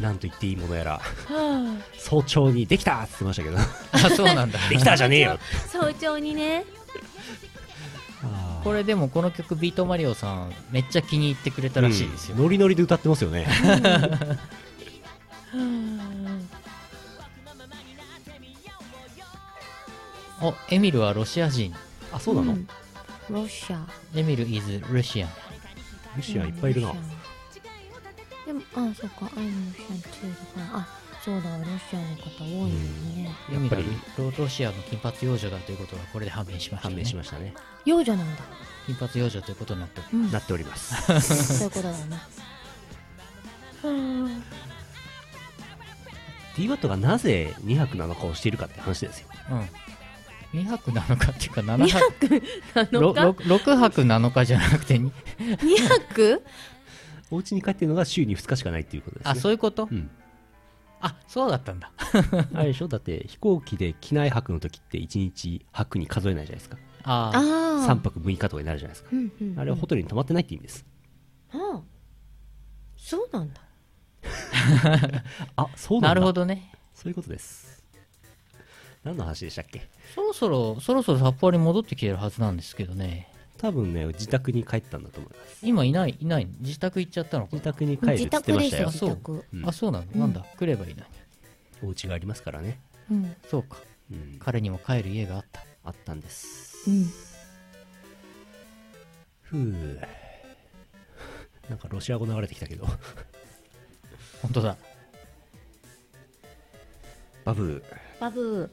A: なんと言っていいものやら早朝に「できた!」って言ってましたけど「
B: あ、そうなん だ。
A: できた!」じゃねえよ
C: 早朝にね
B: これでもこの曲ビートマリオさんめっちゃ気に入ってくれたらしいですよ、
A: うんノリノリで歌ってますよね
B: おエミルはロシア人
A: あそうなの、
C: んロシア
B: エミル is ロシアン
A: ルシアンいっぱいいるな
C: ロシアンでもあそっかアイムロシアン2だからあそうだロシアの方多いよね
B: エミ
A: ぱ
B: ルは
A: り
B: ロロシアの金髪幼女だということがこれで判明しました、ね、
A: 判明しましたね
C: 幼女なんだ
B: 金髪幼女ということになってる
C: うん
A: なっております
C: そういうことだよね
A: DWAT がなぜ2泊7日をしているかって話ですよ
B: うん2泊7日っていうか7泊
C: 7日
B: 6泊7日じゃなくてに
C: 2泊
A: お家に帰ってるのが週に2日しかないっていうことですね
B: あそういうこと、
A: うん
B: あそうだったんだ
A: あれでしょだって飛行機で機内泊の時って1日泊に数えないじゃないですか
B: あー
C: ああ
A: 3泊6日とかになるじゃないですか
C: うんうんうん
A: あれはホテルに泊まってないって意味です
C: ああそうなんだ
A: あそうな
B: なん
A: だ
B: るほどね
A: そういうことです何の話でしたっけ
B: そろそろそろそろ札幌に戻ってきてるはずなんですけどね
A: 多分ね自宅に帰ったんだと思います
B: 今いないいない自宅行っちゃったのか
A: 自宅に帰るって
C: 自
A: 言って
C: 宅
A: ま
C: で
A: し
C: す
A: た
C: よ
A: よ
B: す
C: 自宅
A: うん
B: あそうなの、なんだ来ればいいのに
A: お家がありますからね、
C: うん
B: そうか
A: うん、
B: 彼にも帰る家があった
A: あったんです
C: うん
A: ふうなんかロシア語流れてきたけど
B: 本当だ
A: バブ
C: バブ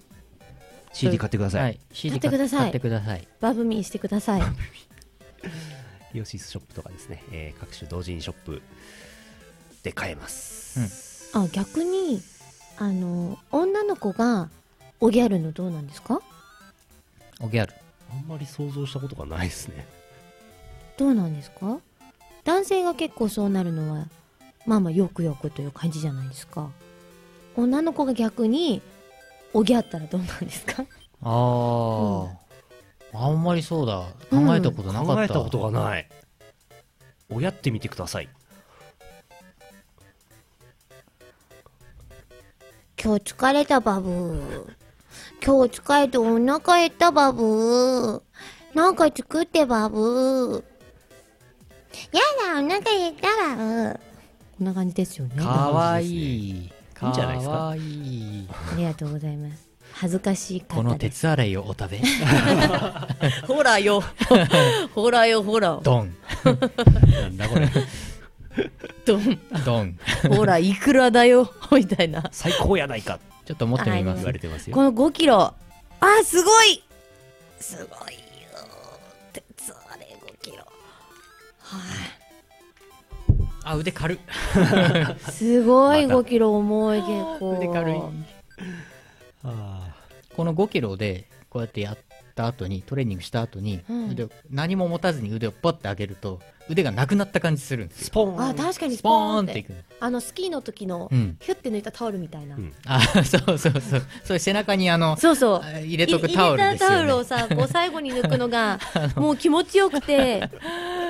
A: CD 買ってくださ
B: はいい CD
C: 買ってください
B: 買ってください
C: バブミーしてください
A: イオシスショップとかですね、えー各種同人ショップで買えます、
C: あ逆にあの女の子がおギャルのどうなんですか
B: おギャル
A: あんまり想像したことがないですね
C: どうなんですか男性が結構そうなるのはまあまあよくよくという感じじゃないですか女の子が逆におぎゃったらどうなんですか
B: あー、あんまりそうだ考えたことなかった、
A: 考えたことがないおやってみてください
C: 今日疲れたバブー今日疲れてお腹減ったバブーなんか作ってバブーやだお腹減ったバブーこんな感じですよね
B: かわいい
A: いいんじゃないですか
B: わいい
C: ありがとうございます恥ずかしい
B: こ
C: 方
B: の
C: です
B: 鉄洗いをお食べ
C: ほら よほらよほら
B: ドン
A: なんだこ れ
C: ドン
B: ドン
C: ほら、いくらだよ、みたいな。
A: 最高やないかって
B: ちょっと持ってみま
A: 言
B: す
A: われてますよ
C: この5キロ。あー、すごいすごいよー。鉄あれ5キロ。
B: あ腕軽っ
C: すごい
A: また
C: 5キロ重い、結構。
B: 腕軽い
A: あ
B: この5キロでこうやってやった後にトレーニングした後に、
C: うん
B: 腕を何も持たずに腕をポッて上げると腕がなくなった感じするんです
A: ース
B: よ
A: ポーン
C: あ、確かに
B: ス
C: ス
B: ポ
C: ポー
B: ーン
C: ン
B: っ
C: って
B: い
C: て。
B: く
C: あの、スキーの時の
B: う、ん
C: ヒュッて抜いたタオルみたいな
A: う。ん
B: あーそうそうそうそういう背中にあの
C: そうそう。
B: あ入れとくタオル
C: い
B: ですよ、ね、
C: 入れたタオルをさ、こう最後に抜くの が、もう気持ちよくて、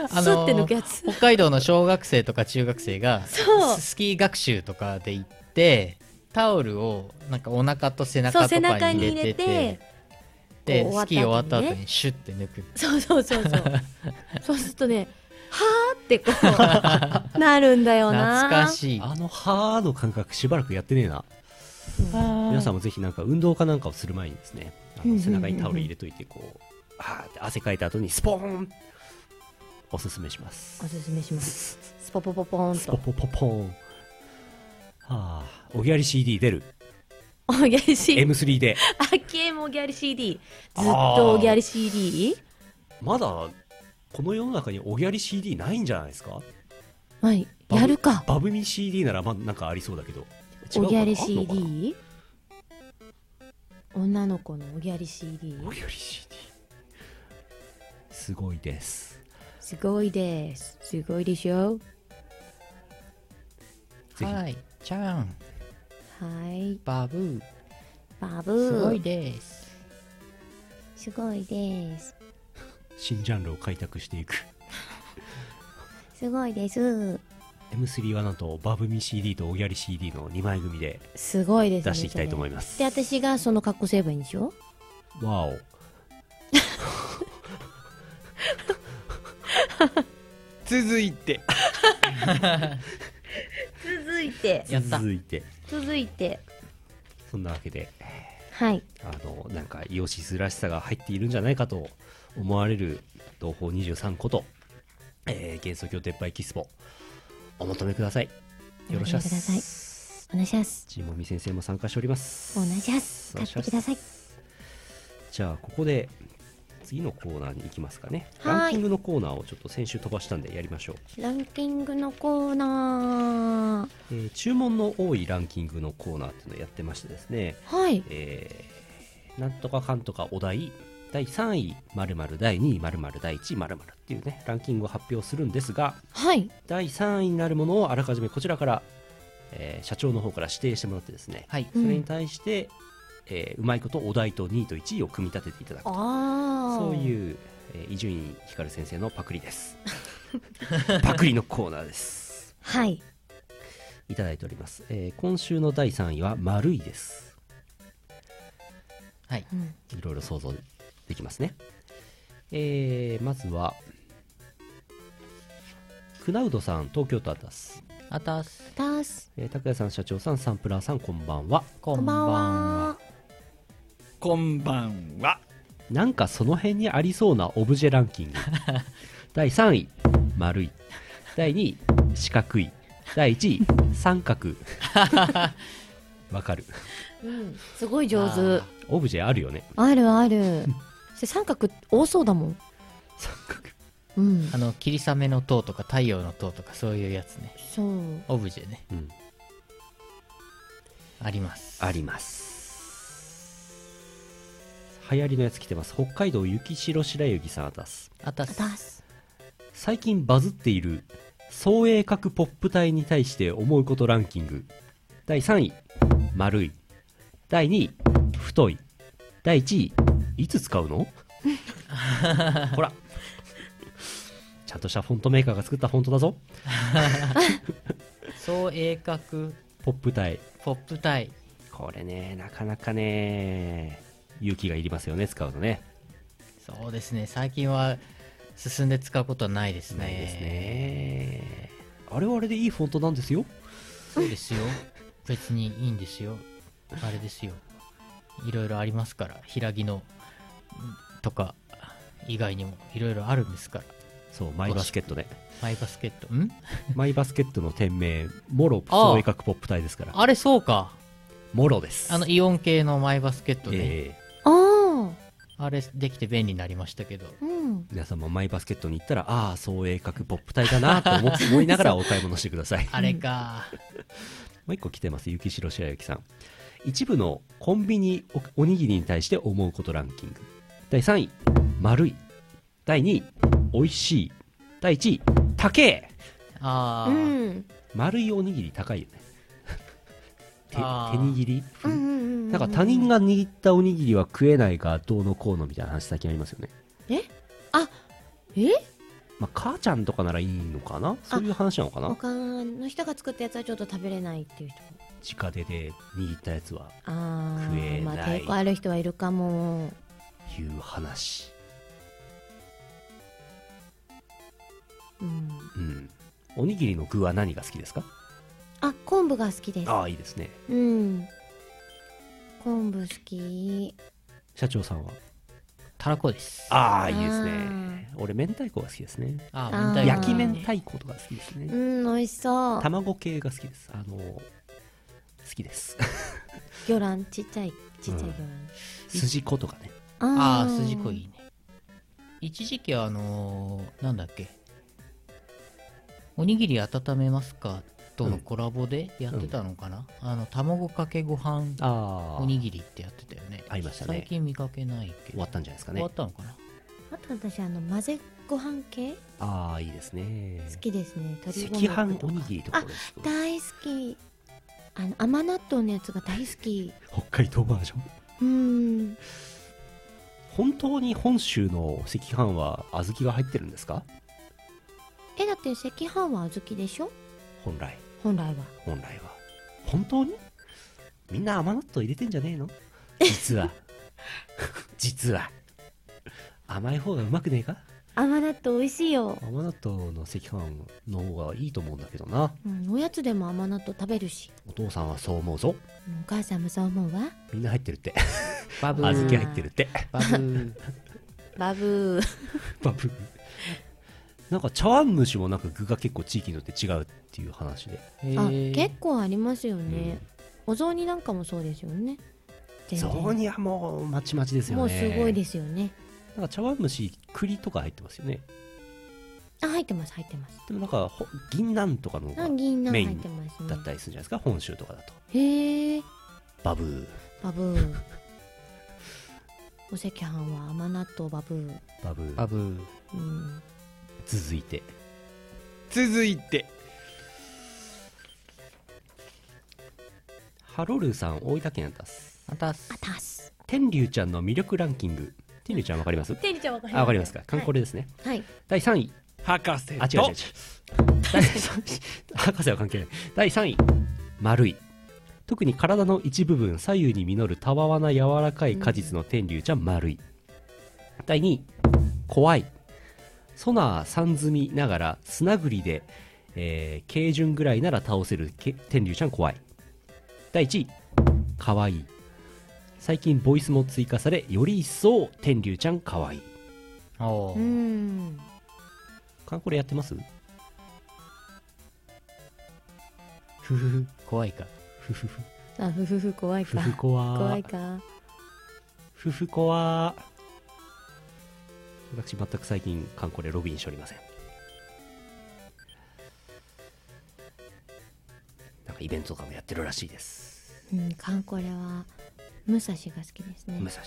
C: ス
B: あの
C: ッて抜くやつ。
B: 北海道の小学生とか中学生が
C: そう
B: ススキー学習とかで行ってタオルをなんかお腹と背
C: そ
B: 中
C: う、
B: と
C: 背
B: か
C: 中
B: に
C: に
B: 入
C: 入
B: れ
C: れ
B: て
C: て、
B: で
C: こう
B: スキー終わった
C: ね
B: 後にシュッて抜く
C: そうそうそうそう。そうするとね、はーってこう、なるんだよな。
B: 懐かしい
A: あの「はー」の感覚しばらくやってねえな皆さんもぜひなんか運動かなんかをする前にですねあの背中にタオル入れといてこうあーって汗かいた後にスポーンおすすめします
C: おすすめします。スポポポポーン
A: スポ
C: と。
A: ポポポーンはあおぎゃり CD 出る
C: おぎゃり CD。
A: M3 で
C: あっけもおぎゃり CD。ずっとおぎゃり CD?
A: まだこの世の中におぎゃり CD ないんじゃないですか
C: はい。
A: バブ
C: やるか。
A: バブミ CD ならまあなんかありそうだけど
C: おぎゃり
A: 違うかなあんのか
C: CD? 女の子のおぎゃり CD?
A: なおぎゃり CD すごいです
C: すごいです。すごいでしょ
A: ぜひ
B: はい、ちゃん、
C: はい。
B: バブー、
C: バブー。
B: すごいです。
C: すごいです。
A: 新ジャンルを開拓していく
C: すごいです。
A: M3 はなんとバブミ CD とおぎゃり CD の2枚組です
C: ごいです、ね。
A: 出していきたいと思いま
C: そ
A: す
C: れで、私がその格好すればいいんでしょ
A: わお
D: 続いて
C: 続いて、
B: やった。
A: 続いて
C: 続いて。
A: そんなわけで
C: はい。
A: あのなんかイオシスらしさが入っているんじゃないかと思われる東宝23こと、えー、幻想郷撤廃キスポお求めくださいよろしく
C: お求めくだ
A: す
C: お願いします。
A: ちもみ先生も参加しております
C: お願いします
A: お願いします
C: 買ってください
A: じゃあここで次のコーナーに行きますかね
C: はい
A: ランキングのコーナーをちょっと先週飛ばしたんでやりましょう
C: ランキングのコーナ
A: えー注文の多いランキングのコーナーっていうのをやってましてですね、
C: ー。はい。
A: えーなんとかかんとかお題第3位〇〇第2位〇〇第1位〇〇っていうねランキングを発表するんですが
C: はい。
A: 第3位になるものをあらかじめこちらから、えー社長の方から指定してもらってですね
B: はい、
C: う
A: そ
C: ん
A: れに対して、えーうまいことお題と2位と1位を組み立てていただく
C: ああ。
A: そう
C: う。
A: いうえー伊集院光先生のパクリです パクリのコーナーです
C: はい。
A: いただいております、えー今週の第3位は丸いです
B: はい
C: うん
A: いろいろ想像できますねえーまずはクナウドさん東京都アタス、
B: あたす。
C: ダース。
A: えー、拓也さん社長さんサンプラーさんこんばんは
B: こ
C: こんばんは。。
D: こんばんは
A: なんかその辺にありそうなオブジェランキング第3位丸い第2位四角い第1位三角わかる
C: うん。すごい上
B: あ
C: 手
B: ー。
A: オブジェあるよね
C: あるあ る。それ三角多そうだもん。
A: 三角
C: うん
B: あ。の、霧雨の塔とか太陽の塔とかそういうやつね。
C: そう。
B: オブジェね。
A: うん
B: あります。
A: あります流行りのやつ来てます北海道雪城白雪さんあたす
B: あた
C: ダ
B: す。
C: ース。
A: 最近バズっている総鋭角ポップ隊に対して思うことランキング第3位丸い第2位太い第1位いつ使うのほらちゃんとしたフォントメーカーが作ったフォントだぞ
B: 総鋭角
A: ポップ隊
B: ポップ隊。
A: これねなかなかね勇気がいりますよね使うのね
B: そうですね。最近は進んで使うことはないですね。
A: ないですね。あれはあれでいいフォントなんですよ。
B: そうですよ。別にいいんですよ。あれですよ。いろいろありますから、平木のんとか以外にもいろいろあるんですから。
A: そう、マイバスケットね。
B: マイバスケット。ん
A: マイバスケットの店名、モロ
B: ああ
A: 総鋭角ポップ隊ですから。
B: あれそうか。
A: モロです。
B: あの、イオン系のマイバスケットね。
A: ええ
C: ああ。
B: あれできて便利になりましたけど。
C: うん。
A: 皆さんもマイバスケットに行ったら、ああ、総鋭角ポップ隊だなと思思いながらお買い物してください。
B: あれか。
A: もう一個来てます、雪城白雪さん。一部のコンビニおおにぎりに対して思うことランキング。第3位、丸い。第2位、美味しい。第1位、高え
B: ああ、
C: うん。
A: 丸いおにぎり高いよね手手
B: あー
A: 握り
C: うんうんうん。
A: なんか他人が握ったおにぎりは食えないがどうのこうのみたいな話最近ありますよね、
C: え
A: まあ、母ちゃんとかならいいのかなそういう話なのかな
C: 他の人が作ったやつはちょっと食べれないっていう人。
A: 直手で握ったやつは
C: ああ。
A: 食えない
C: まあ抵抗ある人はいるかも。
A: いう話
C: うん。
A: うんおにぎりの具は何が好きですか
C: あ、昆布が好きです。
A: ああいいですね
C: うん。昆布好き。
A: 社長さんは
B: たらこです。
A: ああいいですね俺明太子が好きですね
B: あ
C: あー
B: 明太子
A: 焼き明太子とか好きです
C: う
A: ね
C: ん、美味しそう。
A: 卵系が好きですあの好きです
C: 魚卵、 ちっちゃい、ちっちゃい魚卵。
A: 筋子とかね
C: あ
B: ああ、
C: ー
B: 筋子いいね。一時期あのーなんだっけおにぎり温めますかとのコラボでやってたのかな、あの卵かけご飯
A: ああ
B: おにぎりってやってたよね
A: ありましたね
B: 最近見かけないけど
A: 終わったんじゃないですか
B: 終
A: ね
B: わったのかな
C: あと私あの混ぜご飯系
A: ああいいですね
C: 好きですね
A: 赤
C: 鶏ごま
A: 飯
C: と
A: お
C: か
A: にぎりとかこれ
C: 大好きあの甘納豆のやつが大好き
A: 北海道バージョン
C: うーん
A: 本当に本州の赤飯は小豆が入ってるんですか
C: えだって赤飯は小豆でしょ
A: 本来
C: 本来は
A: 本来は本当にみんな甘納豆入れてんじゃねえの実は 実は甘い方がうまくねえか
C: 甘納豆美味しいよ、
A: 甘納豆の赤飯の方がいいと思うんだけどな
C: うん、おやつでも甘納豆食べるし
A: お父さんはそう思うぞ
C: うんお母さんもそう思うわ
A: みんな入ってるって
B: バ
A: 小
B: ブ
A: 豆
B: ー
A: 入ってるって
B: バブ ー
C: バブー
A: バブなんか茶碗蒸しもなんか具が結構地域によって違うっていう話で
B: へ
C: あ
B: ー
C: 結構ありますよね、お雑煮なんかもそうですよね全然
A: 雑煮はもうまちまちですよね
C: もうすごいですよね
A: なんか茶碗蒸し栗とか入ってますよね
C: あ入ってます入ってます
A: でもなんかほ銀杏とかの方
C: あ
A: が
C: 銀杏
A: メイン
C: 入ってますね
A: だったりするんじゃないですか本州とかだと
C: へえ
A: バブー
C: バブーお赤飯は甘納豆バブー、
A: バブー
B: バブー
C: うん、
A: 続いて
D: 続いて
A: ハロルーさん大分県あたす
B: またす
C: あたす
A: 天竜ちゃんの魅力ランキング天竜ちゃんわかります
C: てりちゃんわかり
A: あわかりますか観光例
C: で
A: ですね、
C: はい
A: 第3位
D: 博士
A: あ違う違う違う
D: と
A: 第3位博士は関係ない第3位丸い特に体の一部分左右に実るたわわな柔らかい果実の天竜ちゃん丸い第2位怖いソナー三積みながら砂ぐりで、えー軽順ぐらいなら倒せるけ天竜ちゃん怖い第1位かわいい最近ボイスも追加されより一層天竜ちゃんかわいい
B: お
C: う
B: ー
C: ーん
A: かこれやってます
B: ふふふ怖いか
A: ふふふ
C: あふふふ怖い
A: ふ
C: か
A: ふこわ
C: 怖いか
A: ふふこわ私全く最近観光でログインしておりませんなんかイベントとかもやってるらしいです
C: うん観光では武蔵が好きですね
A: 武蔵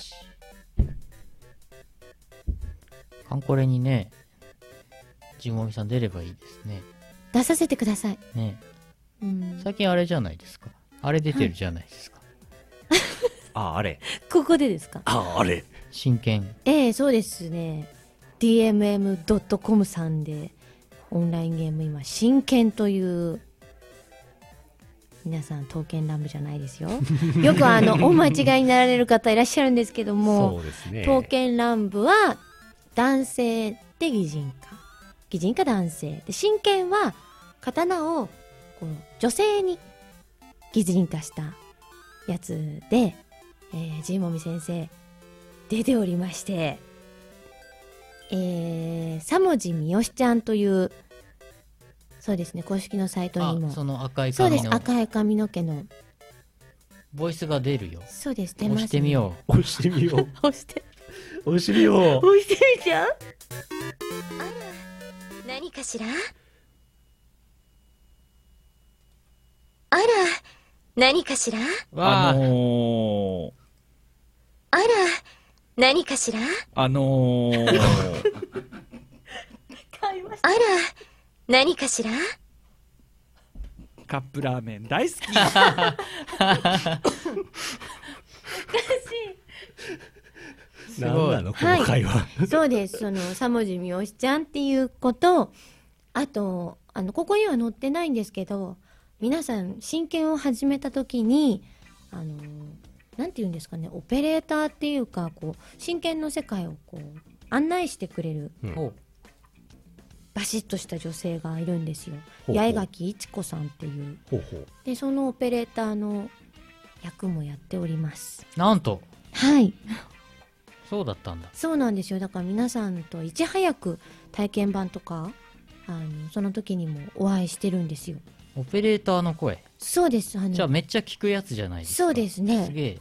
B: カンコレにねジモミさん出ればいいですね
C: 出させてください
B: ね
C: うん
B: 最近あれじゃないですかあれ出てるじゃないですか、
A: あああれ
C: ここでですか
A: あああれ
B: 真剣
C: ええそうですね DMM.com さんでオンラインゲーム今真剣という皆さん刀剣乱舞じゃないですよよくあ のお間違いになられる方いらっしゃるんですけども
A: そうですね
C: 刀剣乱舞は男性で擬人化擬人化男性で真剣は刀をこう女性に擬人化したやつで、えー、ジーモミ先生出ておりましてえー、さもじみよしちゃんというそうですね公式のサイト
B: あ
C: にも
B: その赤い
C: そうで
B: 髪
C: す
B: の
C: 赤い髪の毛の
B: ボイスが出るよ
C: そうです出ます、
B: 押してみよ
A: 押してみよ
C: う押して
A: う押してみよう
C: 押してみちゃう
E: 何かしらあら何かしら
B: う
D: あ
B: わ
D: のー、
E: あら何かしら
D: あのー、
E: あら何かしら
D: カップラーメン大好 き
B: ーす
A: 何
B: ご
A: ないのこの会話、
C: そうです。その、さもじみおしちゃんっていうこと、あと、あの、ここには載ってないんですけど、皆さん、真剣を始めた時に、あの、なんて言うんですかね、オペレーターっていうか、こう、真剣の世界をこう、案内してくれる、
A: うん
B: お
C: バシッとした女性がいるんですよ。
A: ほうほう
C: 八重垣いちこさんっていう。
A: ほうほう
C: で、そのオペレーターの役もやっております。
B: なんと
C: はい。
B: そうだったんだ
C: そうなんですよだから皆さんといち早く体験版とかあのその時にもお会いしてるんですよ
B: オペレーターの声
C: そうですあの
B: じゃあめっちゃ聞くやつじゃないですか
C: そうですね
B: すげえ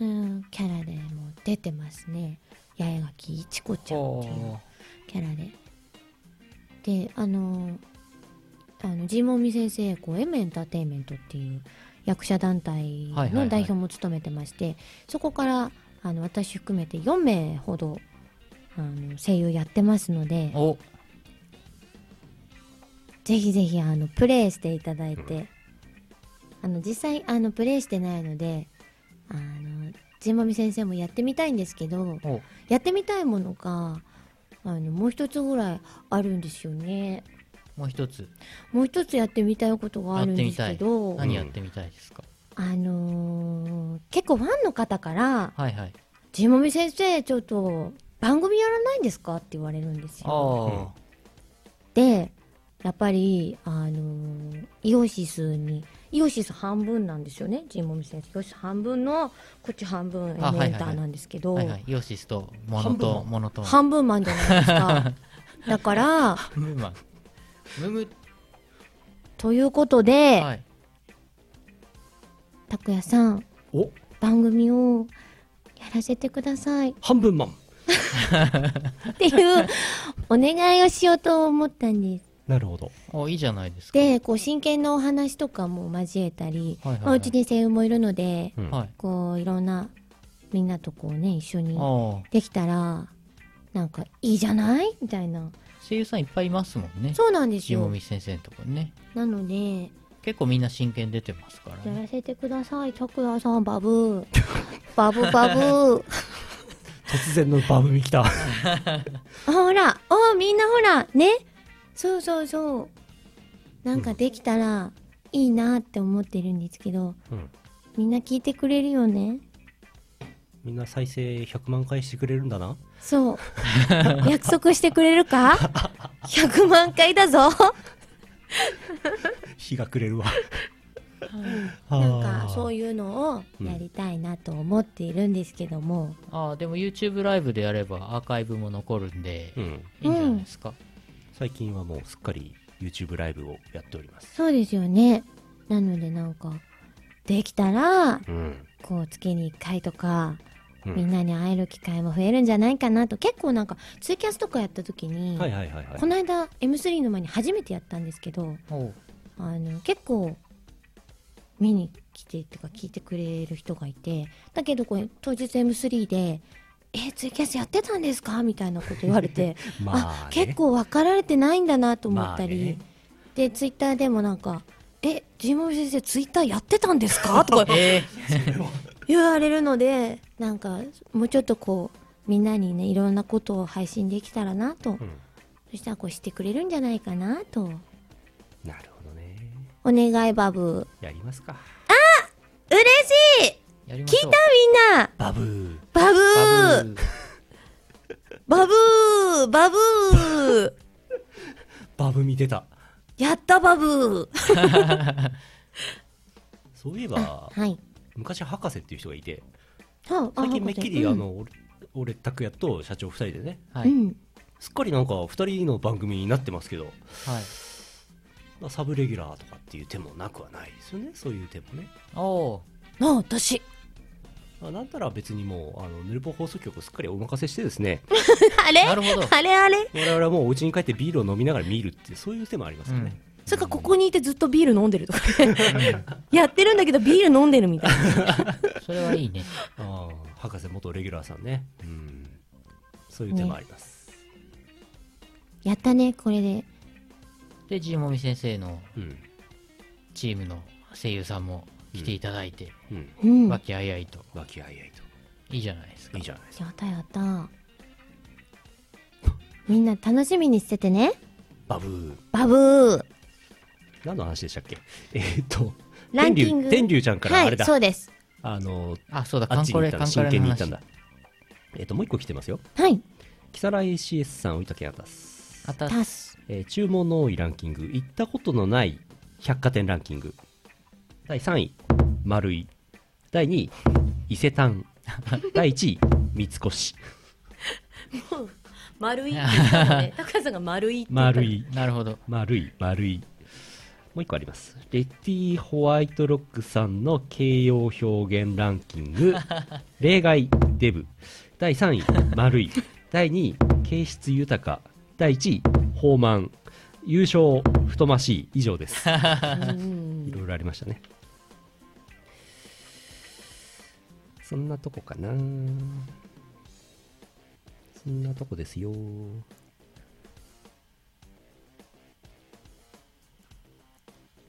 C: うんキャラでも出てますね八重垣一子ちゃんっていう
D: ほ
C: キャラでであのあのジーモンミ先生こう M エンターテインメントっていう役者団体
B: はいはいは
C: の
B: い
C: 代表も務めてまして、そこからあの私含めて4名ほどあの声優やってますので
B: お
C: ぜひぜひあのプレイしていただいて、あの実際あのプレイしてないのであのジンマミ先生もやってみたいんですけど
B: お
C: やってみたいものがあのもう一つぐらいあるんですよね
B: もう一つ
C: もう一つやってみたいことがあるんですけど
B: 何やってみたいですか、
C: あのー結構ファンの方から
B: はいはい
C: 「ジンマミ先生ちょっと番組やらないんですか?」って言われるんです
B: あ
C: よ。
B: あ
C: でやっぱりあのーイオシスにイオシス半分なんですよねジンモミ先生イオシス半分のこっち半分エ
B: あはいはいはい
C: メンターなんですけど、
B: はいはいイオシスとモノとモノと
C: 半分マンじゃないです かだから
B: ムーマンムム
C: ということで、
B: はい
C: 拓也さん
A: お
C: 番組をやらせてください
A: 半分マン
C: ってい うお願いをしようと思ったんです
A: なるほど
B: おいいじゃないですか
C: でこう真剣なお話とかも交えたり、
B: はいはいはい
C: まあうちに声優もいるので
A: うん
B: はい
C: こういろんなみんなとこうね一緒に
B: ああ
C: できたらなんかいいじゃないみたいな
B: 声優さんいっぱいいますもんね
C: そうなんです
B: ジモ
C: よ
B: ミ先生のとこにね
C: なので
B: 結構みんな真剣出てますから
C: や
B: ね
C: らせてください拓也さんバブー バブバブー
A: 突然のバブミ来た
C: ほらおみんなほらねそうそうそうなんかできたらいいなって思ってるんですけど、
A: うん
C: みんな聞いてくれるよね
A: みんな再生100万回してくれるんだな
C: そう約束してくれるか 100万回だぞ
A: 日が暮れるわ
C: なんかそう
A: い
C: いうのをやりたいなと思っているんですけども、
B: ああでも YouTube ライブでやればアーカイブも残るんで、
A: う
B: い
A: ん
B: いんじゃないですか、
A: 最近はもうすっかり YouTube ライブをやっております
C: そうですよね。なのでなんか、できたら、
A: うん
C: こう、月に1回とか、
A: うん
C: みんなに会える機会も増えるんじゃないかなと、結構なんか、ツイキャスとかやった時に、
A: はいはいはいはい
C: この間 M3 の前に初めてやったんですけど、
B: おう
C: あの、結構、見に来てとか聞いてくれる人がいて、だけどこれ、当日 M3 で、え、ツイキャスやってたんですかみたいなこと言われて、
A: ま
C: あ
A: あ、ね、
C: 結構分かられてないんだなと思ったり、
A: まあね
C: でツイッターでもなんか「えジモン先生ツイッターやってたんです か?」とか
B: え
C: 言われるのでなんかもうちょっとこうみんなにねいろんなことを配信できたらなと、
A: ん
C: そしたらこうしてくれるんじゃないかなと
A: なるほどね
C: お願いバブ
A: やりますか
C: 嬉しい
B: ー、やりま
C: 聞
B: し
C: いた
B: ょう
C: みんな
A: バブー
C: バブ
B: バ
C: ー
B: ブ
C: バブ
B: ー
C: ーバブー
A: バブミ出た
C: やったバブー
A: そういえば
C: はい
A: 昔博士っていう人がいて
C: そうあ
A: 最近めっきり
C: うん
A: あの、俺俺拓也と社長2人でね
B: は
C: う
B: い、
C: ん
A: すっかりなんか2人の番組になってますけど
B: はい
A: まあサブレギュラーとかっていう手もなくはないですよねそういう手もね
B: おお
C: なあ私
A: まあなんなら別にもうあのヌルポ放送局をすっかりお任せしてですね
C: あれ
B: なるほど
C: あれあれ
A: 我々はもうお家に帰ってビールを飲みながら見るっていうそういう手もありますよね、
C: それかここにいてずっとビール飲んでるとか やってるんだけどビール飲んでるみたいな
B: それはいいね
A: ああ博士元レギュラーさんねうんそういう手もあります、
C: やったねこれで
B: でジモミ先生の
A: うん
B: チームの声優さんも来ていただいて、
A: うん
C: うん
B: 和
C: や
B: 気あいあいと
A: 和気あいあい
B: いいじゃないです
A: と
B: か
A: いいじゃないですか
C: ったやったみんな楽しみにしててね
A: バブー
C: バブー
A: 何の話でしたっけ えーっと
C: ランキング
A: 天竜ちゃんからあれだ、
C: はいそうです
A: あの
B: あそうだ
A: あ
B: カ
A: っ
B: ン
A: ちに
B: コ
A: 行っ
B: レ
A: た
B: カ
A: の
B: ンコ
A: 真
B: レ
A: 剣
B: の
A: に行ったん
B: 話
A: だえーっともう一個来てますよ
C: はい
A: 木更井 CS さん大分県あたす
B: あた
C: タス
A: えー注文の多いランキング行ったことのない百貨店ランキング第3位丸井第2位伊勢 丹第1位三越
C: 丸いって言った ので高橋さんが丸いって
A: 丸井
B: なるほど
A: 丸い丸いもう一個ありますレティホワイトロッ クさんの形容表現ランキング例外デブ第3位丸い第2位形質豊か第1位豊満優勝太ましい以上ですいろいろありましたねそんなとこかなそんなとこですよっ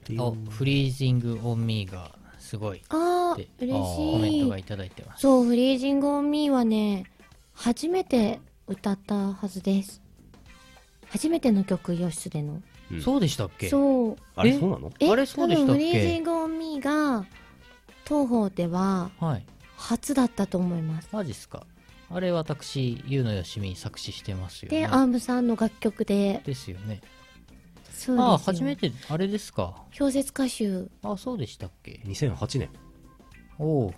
A: ていう
B: おフリージングオンミーがすごいっ
C: あー
B: て、コメント
C: 嬉
B: が
C: しい。
B: いただいてます
C: そう、フリージングオンミーはね、初めて歌ったはずです。初めての曲、ヨシスでの。
A: うん
B: そうでしたっけ
C: そう。
A: あれ
B: え
A: そうなの
C: え、
B: あれそうでした
C: 多分
B: っけ
C: フリージングオンミーが、東方では
B: はい
C: 初だったと思います。
B: マジっすかあれ私ゆうのよしみ作詞してますよね
C: で、アームさんの楽曲で、
B: ですよね
C: そうですよ
B: ああ初めてあれですか
C: 小説歌集。
B: あそうでしたっけ
A: ?2008 年
B: おお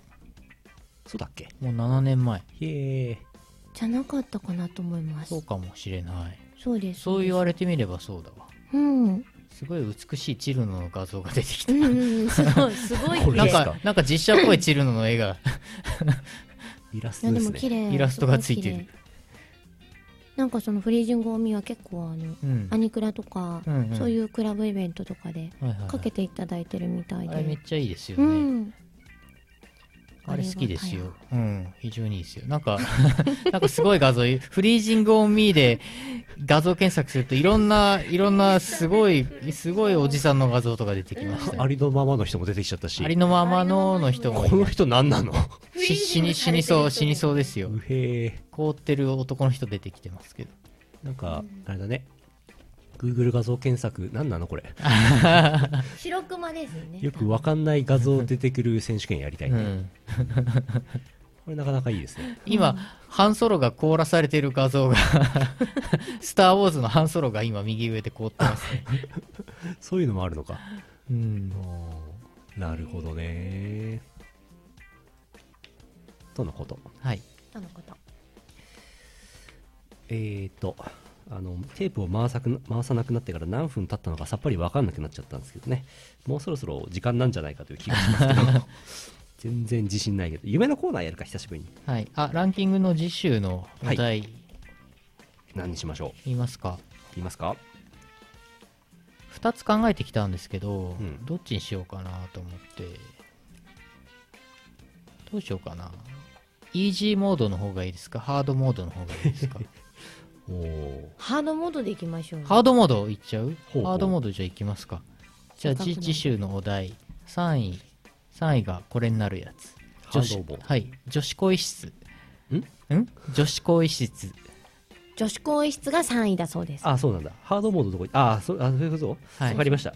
A: そうだっけ
B: もう7年前
A: へえ
C: じゃなかったかなと思います。
B: そうかもしれない
C: そうです。
B: そう言われてみればそうだわ
C: うん。うん
B: すごい美しいチルノの画像が出 てきた
C: うん、すごい、すごい
A: これ
B: なん
A: ですか
B: かなんか実写っぽいチルノの絵が
A: イラス
C: いや
A: トで
C: ですも
A: ね
C: 綺麗
B: イラストがついてる
C: すご綺麗なんかそのフリージングオンミーは結構あの、
B: うん
C: アニクラとか、
B: うんうん
C: そういうクラブイベントとかで
B: はいはいはい
C: かけていただいてるみたいで、
B: あれめっちゃいいですよ
C: う
B: ね、
C: ん
B: あれ好きですよ。うん、非常にいいですよ。なんか、 なんかすごい画像、フリージングオンミーで画像検索するといろんな、いろんなすごい、すごいおじさんの画像とか出てきました、
A: ありのままの人も出てきちゃったし
B: ありのままのの人もい
A: この人何なの
B: し死に、死にそう、死にそうです よ
A: う。へえ
B: 凍ってる男の人出てきてますけど。
A: なんかあれだね Google 画像検索何なのこれ
C: 白熊ですよね
A: よくわかんない画像出てくる選手権やりたいうね、
B: ん。
A: これなかなかいいです ね
B: 今、ハンソロが凍らされてる画像が、 スター・ウォーズのハンソロが今右上で凍ってますね。
A: そういうのもあるのか
B: うん。
A: なるほどねとのこと
B: はい。
C: とのこと
A: えーとあのテープを回さく回さなくなってから何分経ったのかさっぱり分かんなくなっちゃったんですけどねもうそろそろ時間なんじゃないかという気がしますけど 全然自信ないけど夢のコーナーやるか久しぶりに
B: はい。あ、ランキングの次週のお題、
A: は何にしましょう
B: 言いますか
A: 言いますか
B: 2つ考えてきたんですけど、
A: うん
B: どっちにしようかなと思ってどうしようかなイージーモードの方がいいですかハードモードの方がいいで すか
A: おお
C: ハードモードでいきましょう
B: ハードモードいっちゃう
A: ほうほう
B: ハードモードじゃあいきますかじゃあ
C: せっかく
B: 次
C: なんで
B: 次週のお題3位3位がこれになるやつ
A: ハ
B: 女
A: ード
B: 子
A: ボール
B: はい女子更衣室
A: ん
B: ん女子更衣室
C: 女子更衣室が3位だそうです
A: あそうなんだハードモードどこにあそあそういうこと、
B: はい
A: 分かりましたは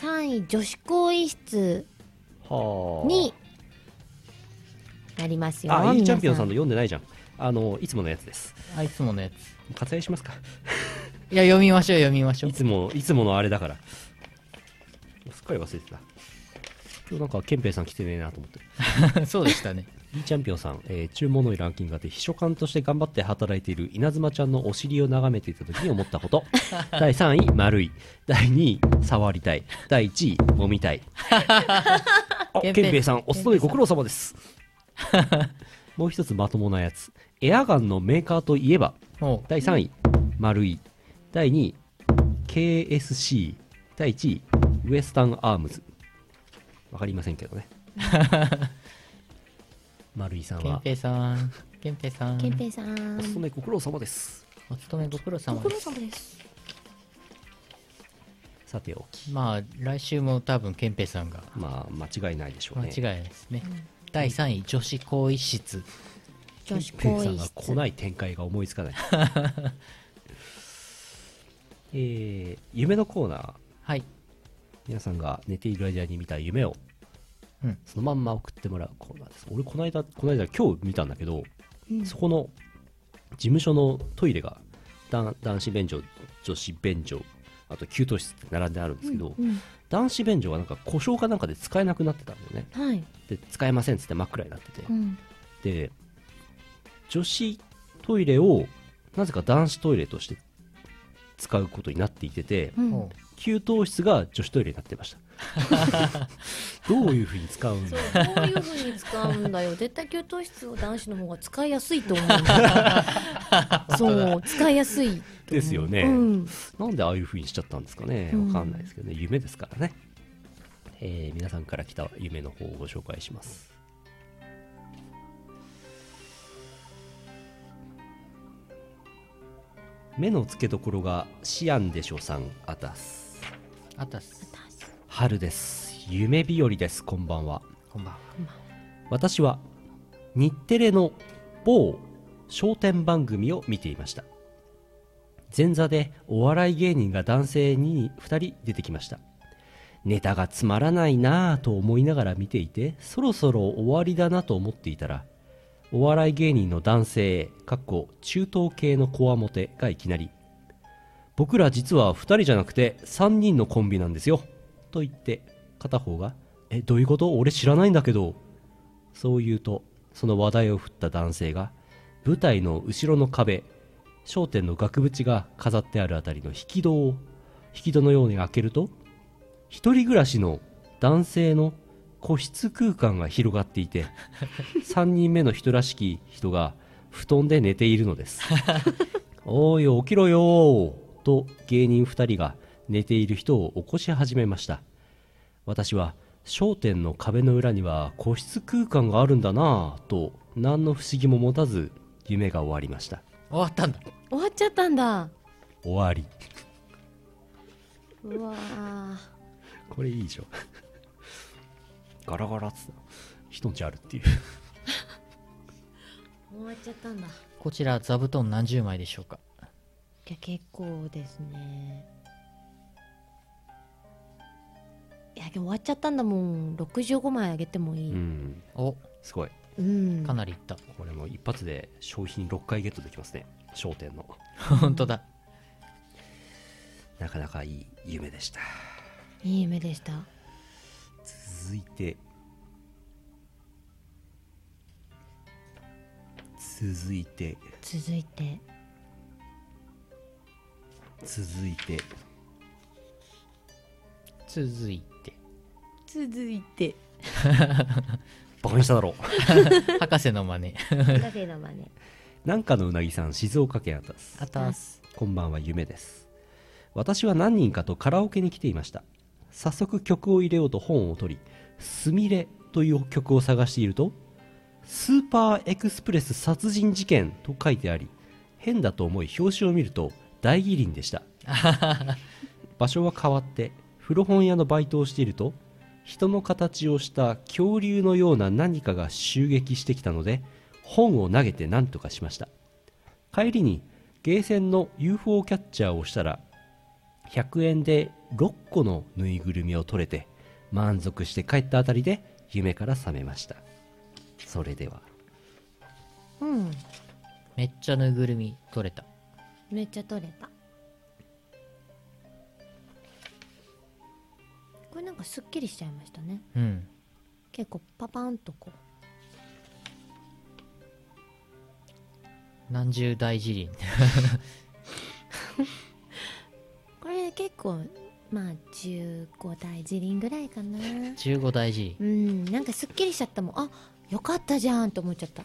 C: 3位女子更衣室
A: あ
C: になりますよ
A: あいいチャンピオンさんの
C: 皆
A: 読んでないじゃんあのいつものやつです
B: あいつものやつ
A: 割愛しますか
B: いや読みましょう読みましょう
A: いつもいつものあれだからすっかり忘れてた今日なんか憲兵さん来てねえなと思って
B: そうでしたね
A: いいチャンピオンさん、えー注文のいいランキングがあって秘書官として頑張って働いている稲妻ちゃんのお尻を眺めていた時に思ったこと 第3位丸い第2位触りたい第1位揉み たいあ
B: 憲兵
A: 憲兵さんお勤めご苦労様ですもう一つまともなやつエアガンのメーカーといえば
B: おう
A: 第3位、丸い。第2位、KSC。第1位、ウエスタンアームズ。わかりませんけどね。 丸井さ ん
B: 憲
A: は、
B: 兵さん、憲兵さん、
C: さん憲兵さん
A: お勤めご苦労様です。
B: お勤めご苦労
C: ご
B: 様
C: 苦
B: で
C: 労
B: す。
C: 様です
A: さておき、
B: まあ、来週も多分憲兵さんが
A: まあ、間違いないでしょう
B: 間
A: ね。
B: 違いないですね。第3位、女子更衣室。
C: 女子更
A: ペンさんが
C: 衣室
A: 来ない展開が思いつかない。 えー、夢のコーナー。
B: はい。
A: 皆さんが寝ている間に見た夢を
B: うん
A: そのまんま送ってもらうコーナーです、俺この間この間今日見たんだけど、そこの事務所のトイレが男男子便所女子便所あと給湯室って並んであるんですけど、
C: うん
A: 男子便所がなんか故障かなんかで使えなくなってたんだよね
C: はい、
A: で使えませんっつって真っ暗になってて、
C: うん、
A: で女子トイレをなぜか男子トイレとして使うことになっていてて、
C: うん
B: おう
A: 給湯室が女子トイレになってました どういうふうに使うんだ
C: そうこういうふうに使うんだ よ絶対給湯室を男子の方が使いやすいと思うんだよそう使いやすい
A: ですよね、
C: うん
A: なんでああいう風にしちゃったんですかね
C: うん
A: わかんないですけどね、夢ですからね、えー皆さんから来た夢の方をご紹介します目の付けどころがシアンでしょさんあたす
B: あったっす。
A: 春です夢日和ですこんばんは
B: こんばんは。
A: 私は日テレの某商店番組を見ていました前座でお笑い芸人が男性に2人出てきましたネタがつまらないなぁと思いながら見ていてそろそろ終わりだなと思っていたらお笑い芸人の男性かっこ中東系のこわもてがいきなり僕ら実は2人じゃなくて3人のコンビなんですよと言って片方が「えどういうこと俺知らないんだけど」そう言うと、その話題を振った男性が、舞台の後ろの壁、商店の額縁が飾ってあるあたりの引き戸を、引き戸のように開けると、一人暮らしの男性の個室空間が広がっていて、3人目の人らしき人が布団で寝ているのです。おーい、起きろよーと芸人2人が寝ている人を起こし始めました。私は商店の壁の裏には個室空間があるんだなぁと何の不思議も持たず夢が終わりました
B: 終わったんだ。
C: 終わっちゃったんだ
A: 終わり
C: うわー
A: これいいでしょ ガラガラっつった人んちあるっていう
C: 終わっちゃったんだい
B: こちら座布団何十枚でしょうか。
C: や結構ですねいや終わっちゃったんだもん65枚あげてもいい、
A: うん
B: お、
A: すごい
C: うん
B: かなりいった。
A: これも一発で商品6回ゲットできますね商店の
B: 本当だ。
A: なかなかいい夢でした
C: いい夢でした
A: 続いて続いて
C: 続いて
A: 続いて
B: 続いて。
C: 続いて
A: バカにしただろう
B: 博士の真似。
C: カフェの真似
A: なんかのうなぎさん静岡県あたす
B: あったっす。
A: こんばんは夢です私は何人かとカラオケに来ていました早速曲を入れようと本を取り「すみれ」という曲を探していると「スーパーエクスプレス殺人事件」と書いてあり変だと思い表紙を見ると大義林で した場所は変わって古本屋のバイトをしていると人の形をした恐竜のような何かが襲撃してきたので本を投げて何とかしました帰りにゲーセンの UFO キャッチャーをしたら100円で6個のぬいぐるみを取れて満足して帰ったあたりで夢から覚めましたそれでは
C: うん
B: めっちゃぬいぐるみ取れた。
C: めっちゃ取れたこれなんかすっきりしちゃいましたね
B: うん。
C: 結構パパンとこう
B: 何十大辞林。
C: これ結構まあ15大辞林ぐらいかな
B: 十五大辞
C: う
B: 林。
C: んなんかすっきりしちゃったもんあよかったじゃんと思っちゃった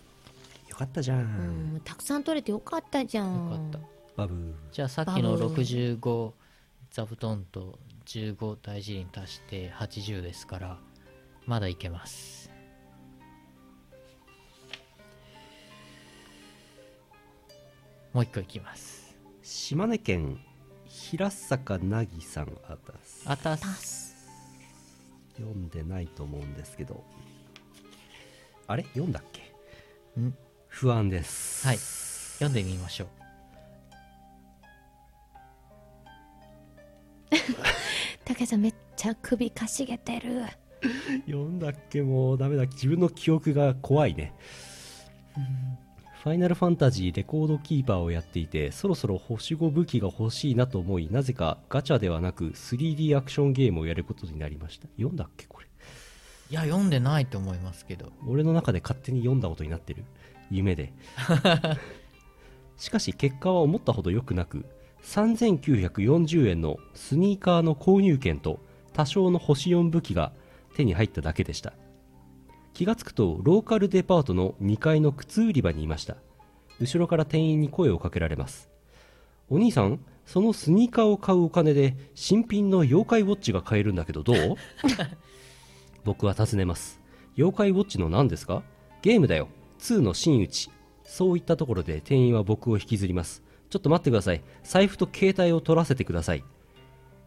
A: よかったじゃん、
C: うん、もうたくさん取れてよかったじゃん
B: よかっ
A: バブー
B: じゃあさっきの
C: バブ
B: 65座布団と15大辞林足して80ですから、まだいけます。もう一個いきます。
A: 島根県平坂凪さんあたす
B: あた
C: た
B: す。
C: す
A: 読んでないと思うんですけどあれ読んだっけ
B: ん
A: 不安です
B: はい読んでみましょう。
C: たけさんめっちゃ首かしげてる
A: 読んだっけもうダメだ自分の記憶が怖いねファイナルファンタジーレコードキーパーをやっていてそろそろ星5武器が欲しいなと思いなぜかガチャではなく 3D アクションゲームをやることになりました読んだっけこれ
B: いや、読んでないと思いますけど。
A: 俺の中で勝手に読んだことになってる夢でしかし結果は思ったほど良くなく3940円のスニーカーの購入券と多少の星4武器が手に入っただけでした気がつくとローカルデパートの2階の靴売り場にいました後ろから店員に声をかけられますお兄さんそのスニーカーを買うお金で新品の妖怪ウォッチが買えるんだけどどう僕は尋ねます妖怪ウォッチの何ですかゲームだよ2の真打ちそういったところで店員は僕を引きずりますちょっと待ってください財布と携帯を取らせてください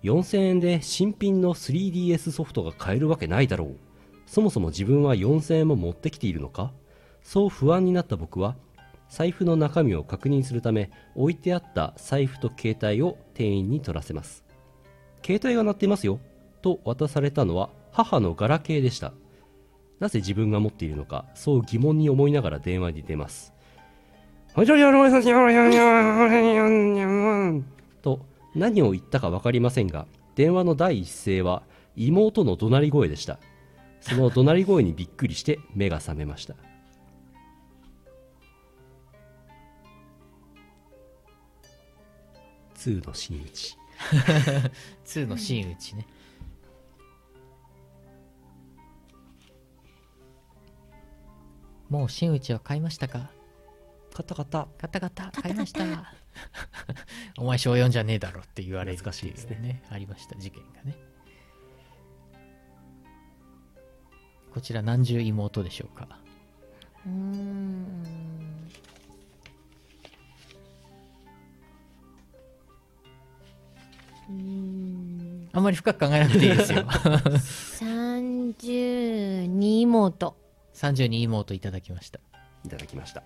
A: 4000円で新品の 3DS ソフトが買えるわけないだろうそもそも自分は4000円も持ってきているのかそう不安になった僕は財布の中身を確認するため置いてあった財布と携帯を店員に取らせます携帯が鳴っていますよと渡されたのは母のガラケーでしたなぜ自分が持っているのかそう疑問に思いながら電話に出ますと何を言ったか分かりませんが電話の第一声は妹の怒鳴り声でしたその怒鳴り声にびっくりして目が覚めました2の真打ち
B: 2の真打ちね。もう真打ちは買いましたか
A: 買った買った
B: 買った買った買いました お前小4じゃねえだろって言われる
A: 懐かしいですね
B: ってうねありました事件がねこちら何十妹でしょうか
C: うーんうーん
B: あんまり深く考えなくていいですよ
C: 32妹
B: 32妹いただきました
A: いただきました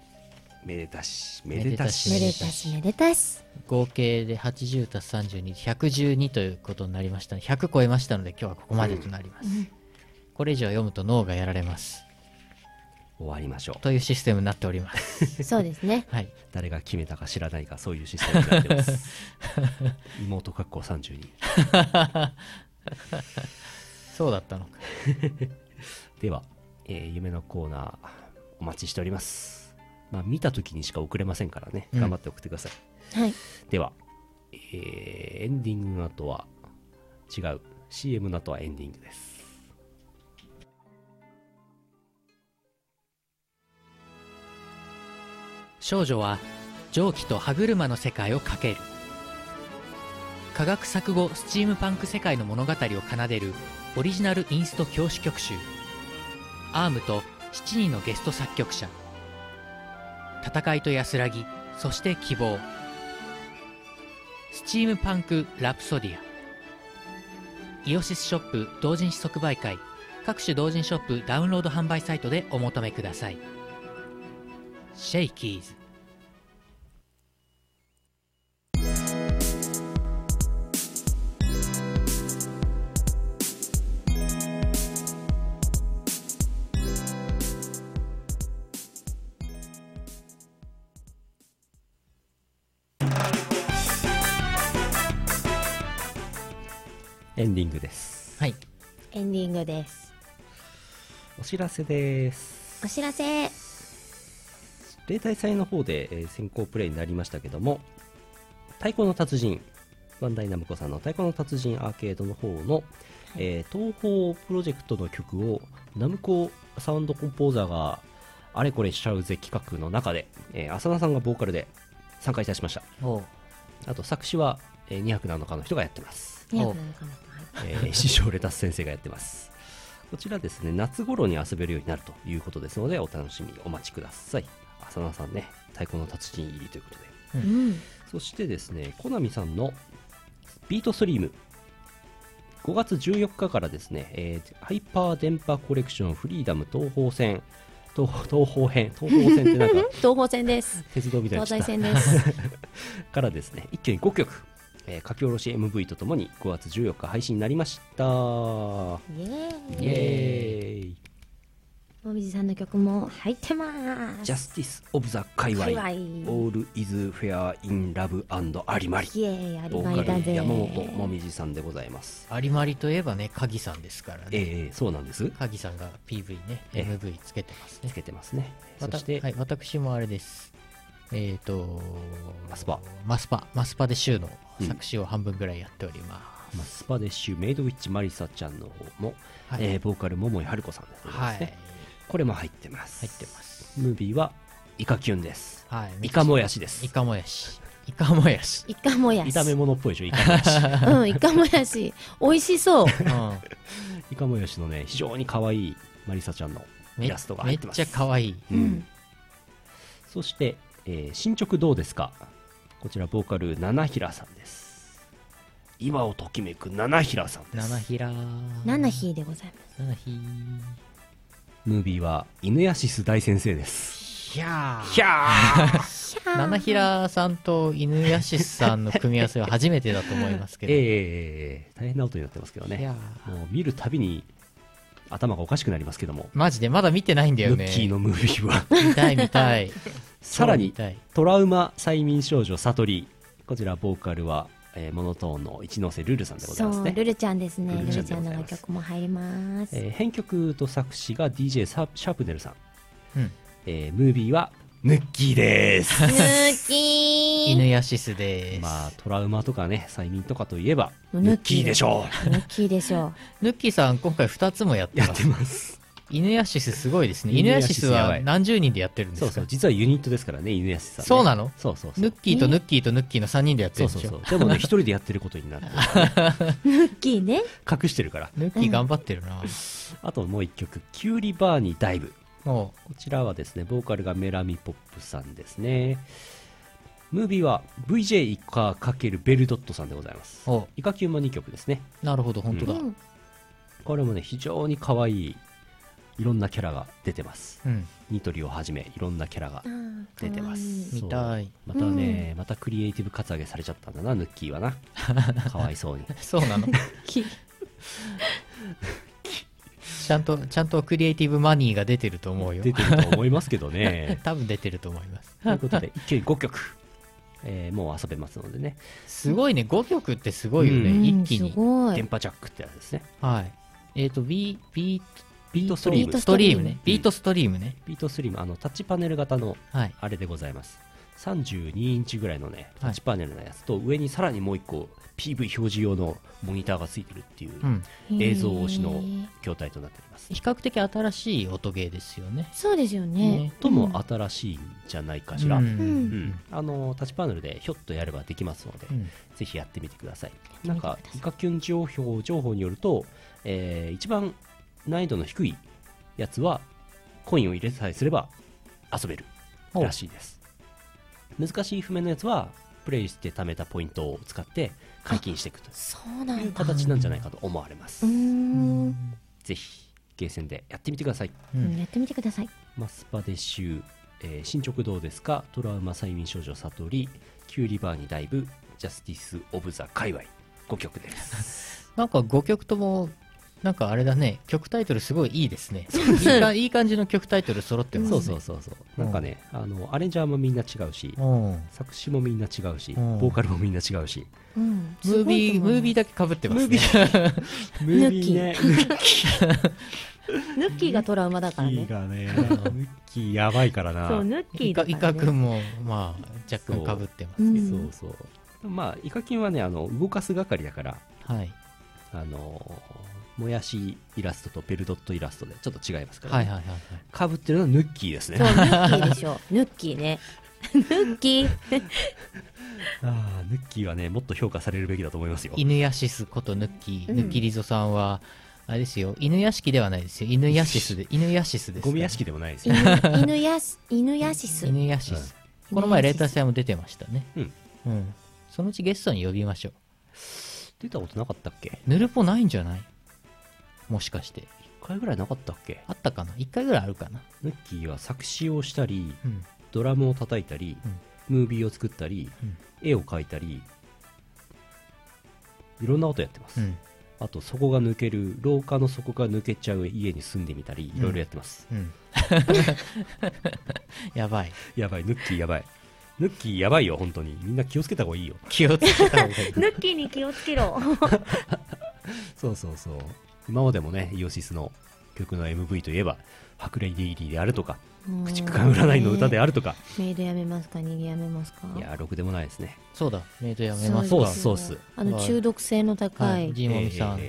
A: めでたしめでたし
C: め
B: め
C: で
B: で
C: た
B: た
C: し
B: し
C: めでたし
B: 合計で80たす32112ということになりましたので100超えましたので今日はここまでとなります、これ以上読むと脳がやられます
A: 終わりましょう
B: というシステムになっております
C: そうですね
B: はい
A: 誰が決めたか知らないかそういうシステムになってます妹かっこ32
B: そうだったのか
A: では、えー夢のコーナーお待ちしておりますまあ見た時にしか送れませんからね
B: うん
A: 頑張って送ってください、
C: はい
A: では、えーエンディングの後は違う CM の後はエンディングです
B: 少女は蒸気と歯車の世界をかける科学錯誤スチームパンク世界の物語を奏でるオリジナルインスト教師曲集アームと7人のゲスト作曲者戦いと安らぎそして希望スチームパンクラプソディアイオシスショップ同人誌即売会各種同人ショップダウンロード販売サイトでお求めくださいシェイキーズ
A: エンディングです
B: はい
C: エンディングです
A: お知らせです
C: お知らせ
A: 例大祭の方で、えー先行プレイになりましたけども太鼓の達人バンダイナムコさんの太鼓の達人アーケードの方の、えー東宝プロジェクトの曲をナムコサウンドコンポーザーがあれこれしちゃうぜ企画の中で、えー浅田さんがボーカルで参加いたしました
B: おう
A: あと作詞は、えー、2泊7日の人がやってます
C: 207
B: お
C: かな
A: えー師匠レタス先生がやってますこちらですね夏頃に遊べるようになるということですのでお楽しみにお待ちください浅野さんね太鼓の達人入りということで
C: うん
A: そしてですねコナミさんのビートストリーム5月14日からですね、えーハイパー電波コレクションフリーダム東方線東東方編東方線ってなん か
C: 東方線です
A: 鉄道みたいな
C: 東
A: の来
C: 西
A: た
C: 線です
A: からですね一挙に5曲、えー書き下ろし MV とともに5月14日配信になりました
C: イエーイ
A: イエーイ
C: もみじさんの曲も入ってます
A: ジャスティス・オブ・ザ・界隈
C: 界隈
A: オール・イズ・フェア・イン・ラブ・アンド・アリマリ
C: イエーイあり
A: ボ
C: が
A: ー
C: い
A: カ
C: だ
A: ル
C: ぜ
A: 山本もみじさんでございます
B: 有馬里といえばね鍵さんですからね
A: ええそうなんです
B: 鍵さんが PV ね
A: ええ
B: MV つけてますね
A: つけてますね
B: わ
A: そ
B: た
A: して、
B: はい、私もあれですえっ、と
A: マスパ
B: マスパマスパで週の
A: うん
B: 作詞を半分ぐらいやっております、
A: まあ、スパデッシュメイドウィッチマリサちゃんの方も、
B: はい
A: えーボーカル桃井春子さんですね、
B: はい入
A: これも入ってます
B: ってます
A: ムービーはイカキュンです
B: はい
A: イカもやしで
B: イ
A: す
B: カもやしイカもや し
C: イカもやし
A: 炒め物っぽいでしょイカもやし
C: うんイカもやし美味しそう
B: うん
A: イカもやしのね非常に可愛いマリサちゃんの
B: め
A: イラストが入ってます
B: めっちゃ可愛い
A: うんそして、えー進捗どうですかこちらボーカル七平さんです今をときめく七平さんです
B: 七ひらー
C: ナナヒーでございま
B: 七ひー
A: ムービーは犬ヤシス大先生です
B: ひゃー
A: ひゃー
C: すひゃー
B: 七ひらさんと犬やしさんの組み合わせは初めてだと思いますけど、
A: えー、大変なことになってますけど
B: い
A: ね
B: やー
A: もう見るたびに頭がおかしくなりますけども、
B: マジでまだ見てないんだよ
A: ム
B: ね
A: ッキーのムービー は
B: 見たい見たい
A: さら
B: 見
A: に
B: たい
A: トラウマ催眠少女悟りこちらボーカルは、えーモノトーンの一ノ瀬ルルさんでございます
C: そう
A: ね
C: ルルちゃんですね
A: ル
C: ル
A: ルちゃ
C: ル
A: んで
C: ち
A: ご
C: ゃん
A: ざ
C: の
A: います
C: 楽曲も入ります
A: えー編曲と作詞が DJ サシャープネルさん、
B: うん
A: えームービーはヌッキーです
C: ぬーき
B: 犬やしすで す、
A: まあトラウマとかね催眠とかといえば
C: ヌ
A: ヌ
C: ッ
A: ッ
C: キ
A: キ
C: ー
A: ーでしょ
C: ーぬっきーでしょ
B: ヌッキーさん今回2つもやっ
A: う
B: て
A: や
B: ま
A: っ
B: す
A: てます
B: 犬やしすすごいですね
A: 犬
B: 犬
A: や
B: や
A: しす
B: しす
A: やば
B: はい何十人でやってるんです
A: そ
B: か
A: うそう実はユニットですからね犬安さんね、
B: そうなの
A: そうそうそう
B: ヌッキーとヌッキーとヌッキーの3人でやって
A: そ
B: る
A: うんそ
B: で
A: う
B: し
A: そ
B: ょ
A: うでもね一人でやってることになって
C: うぬっきーね
A: 隠してるから
B: ヌッキー頑張ってるな、
A: あともう一曲「キュウリバーにダイブ」
B: もう
A: こちらはですねボーカルがメラミポップさんですねムービーは VJ イカ×ベルドットさんでございます
B: お
A: イカキュンも2曲ですね
B: なるほど本当
C: う
B: だ、うん
C: ん
A: これもね非常に可愛いいろんなキャラが出てますニトリをはじめいろんなキャラが
C: あー
A: 出てます
C: か
B: 見たい
A: またね、またクリエイティブカツアゲされちゃったんだなヌッキーはなかわいそうに
B: そうなのちゃんとちゃんとクリエイティブマニーが出てると思うよ
A: 出てると思いますけど ね
B: 多分出てると思います
A: ということで一挙に5曲、えーもう遊べますのでね
B: すごいね5曲ってすごいよね、
A: うん
C: うん
B: 一気に
C: すごい
A: 電波ジャックってやつですね
B: はいえっ、とビビート
A: ビートストリーム
C: ビ
B: ストリーム
C: うん
B: ねビートストリームね、
A: ビートストリームあのタッチパネル型の
B: はい
A: あれでございます32インチぐらいのねタ
B: はい
A: ッチパネルのやつと、上にさらにもう一個 PV 表示用のモニターがついてるっていう
B: うん、
A: 映像推しの
C: へー
A: 筐体となっております
B: 比較的新しい音ゲーですよね
C: そうですよね
B: ね
A: とも新しいんじゃないかしら、う
B: う
A: ん
B: ん
A: うんあのタッチパネルでひょっとやればできますので、
B: うん
A: ぜひやってみてくださいなんかイカキュン情報情報によると、えー一番難易度の低いやつはコインを入れさえすれば遊べるらしいです難しい譜面のやつはプレイして貯めたポイントを使って解禁していくと
C: そうない
A: うん
C: だ
A: 形なんじゃないかと思われま
C: う
A: す
C: ーん
A: ぜひゲーセンでやってみてください
B: うん
C: やってみてください
A: マスパデシュ、えー進捗どうですかトラウマ催眠少女悟りキューリバーにダイブジャスティス・オブ・ザ・界隈5曲です
B: なんか5曲ともなんかあれだね曲タイトルすごいいいですねいいかいい感じの曲タイトル揃ってます
A: そ
B: ね
A: うそうそうそうなんかねあのアレンジャーもみんな違うし
B: うん
A: 作詞もみんな違うし
B: うん
A: ボーカルもみんな違うし
C: うん
B: ムービームービー
C: だ
B: だけかぶってま
A: ム
B: すね
A: ム
C: ービー
A: ね
C: ねヌッキーがトラウマだからね
A: がねムッキーやばいからな
C: そうヌッキ
B: イ
C: ー
B: カ
C: だ
B: イ
C: から
B: カく
C: ね
B: んもまあ若干かぶってます、
C: うん
A: そうそうまあイカキンはねあの動かす係だから
B: はい、
A: あのもやしイラストとベルドットイラストでちょっと違いますから、ね
B: はいはいはいはい
A: かぶってるのはヌッキーですね
C: そうヌッキーでしょ ヌッキーねヌッキー
A: ああ、ヌッキーはね、もっと評価されるべきだと思いますよ。
B: 犬ヤシスことヌッキー、
C: うん
B: ヌッキリゾさんはあれですよ犬屋敷ではないですよ犬ヤシスで犬ヤシスですから
A: ゴミ屋敷でもないですよ。
C: 犬犬やし犬やしす
B: 犬ヤシス、この前レーター戦も出てましたね
A: うん
B: うんそのうちゲストに呼びましょう
A: 出たことなかったっけ
B: ヌルポないんじゃないもしかして
A: 一回ぐらいなかったっけ
B: あったかな1回ぐらいあるかな
A: ヌッキーは作詞をしたり、
B: うん
A: ドラムを叩いたり、ムービーを作ったり、
B: うん
A: 絵を描いたり、いろんなことやってます。
B: うん
A: あと、底が抜ける、廊下の底が抜けちゃう家に住んでみたり、いろいろやってます。
B: うん やばい
A: やばい、ヌッキーやばい。ヌッキーやばいよ、本当に。みんな気をつけた方がいいよ。
B: 気をつけた方がいい
C: ヌッキーに気をつけろ
A: そうそうそう。今までもね、イオシスの曲の MV といえば「白麗デイリー」であるとか
C: も
A: 「
C: う
A: 駆逐艦占い」の歌であるとか、
C: メイドやめますか逃げやめますか
A: いやーろくでもないですね
B: そうだ、メイドやめます
A: そう
B: か
A: で。すそうっす
C: あの
B: はい
C: 中毒性の高、
B: はいい、ジーマミさん、
A: え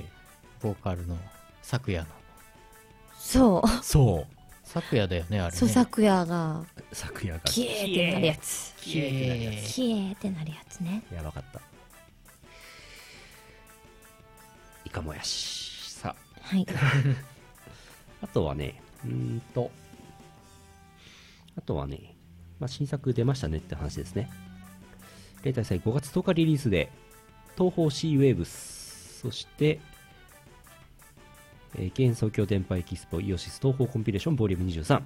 A: ー
B: ボーカルの、昨夜の。
C: そう
A: そう
B: 昨夜だよね、あれ、ね。
C: そう昨夜が
A: 昨夜が
C: キエーってなるやつ
B: きれいなやつ
C: キエーってなるやつね
A: やばかったイカもやしさあ
C: はい
A: あとはね、うーんと、あとはね、まあ、新作出ましたねって話ですね。例大祭5月10日リリースで、東方シーウェーブス、そして、えー、幻想郷電波エキスポイオシス東方コンピレーションボリューム23、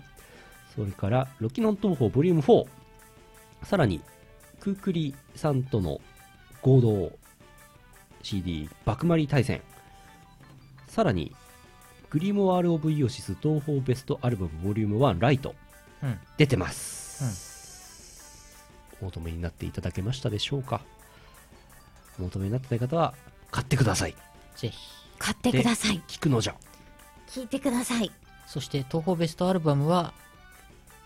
A: それから、ロキノン東方ボリューム4、さらに、クークリさんとの合同 CD バクマリ対戦、さらに、グリモワール・オブ・イオシス東宝ベストアルバムボリューム1ライト、
B: うん
A: 出てます、お求めになっていただけましたでしょうかお求めになってない方は買ってください
B: ぜひ。
C: 買ってください
A: 聞くのじゃ
C: 聞いてください
B: そして、東宝ベストアルバムは、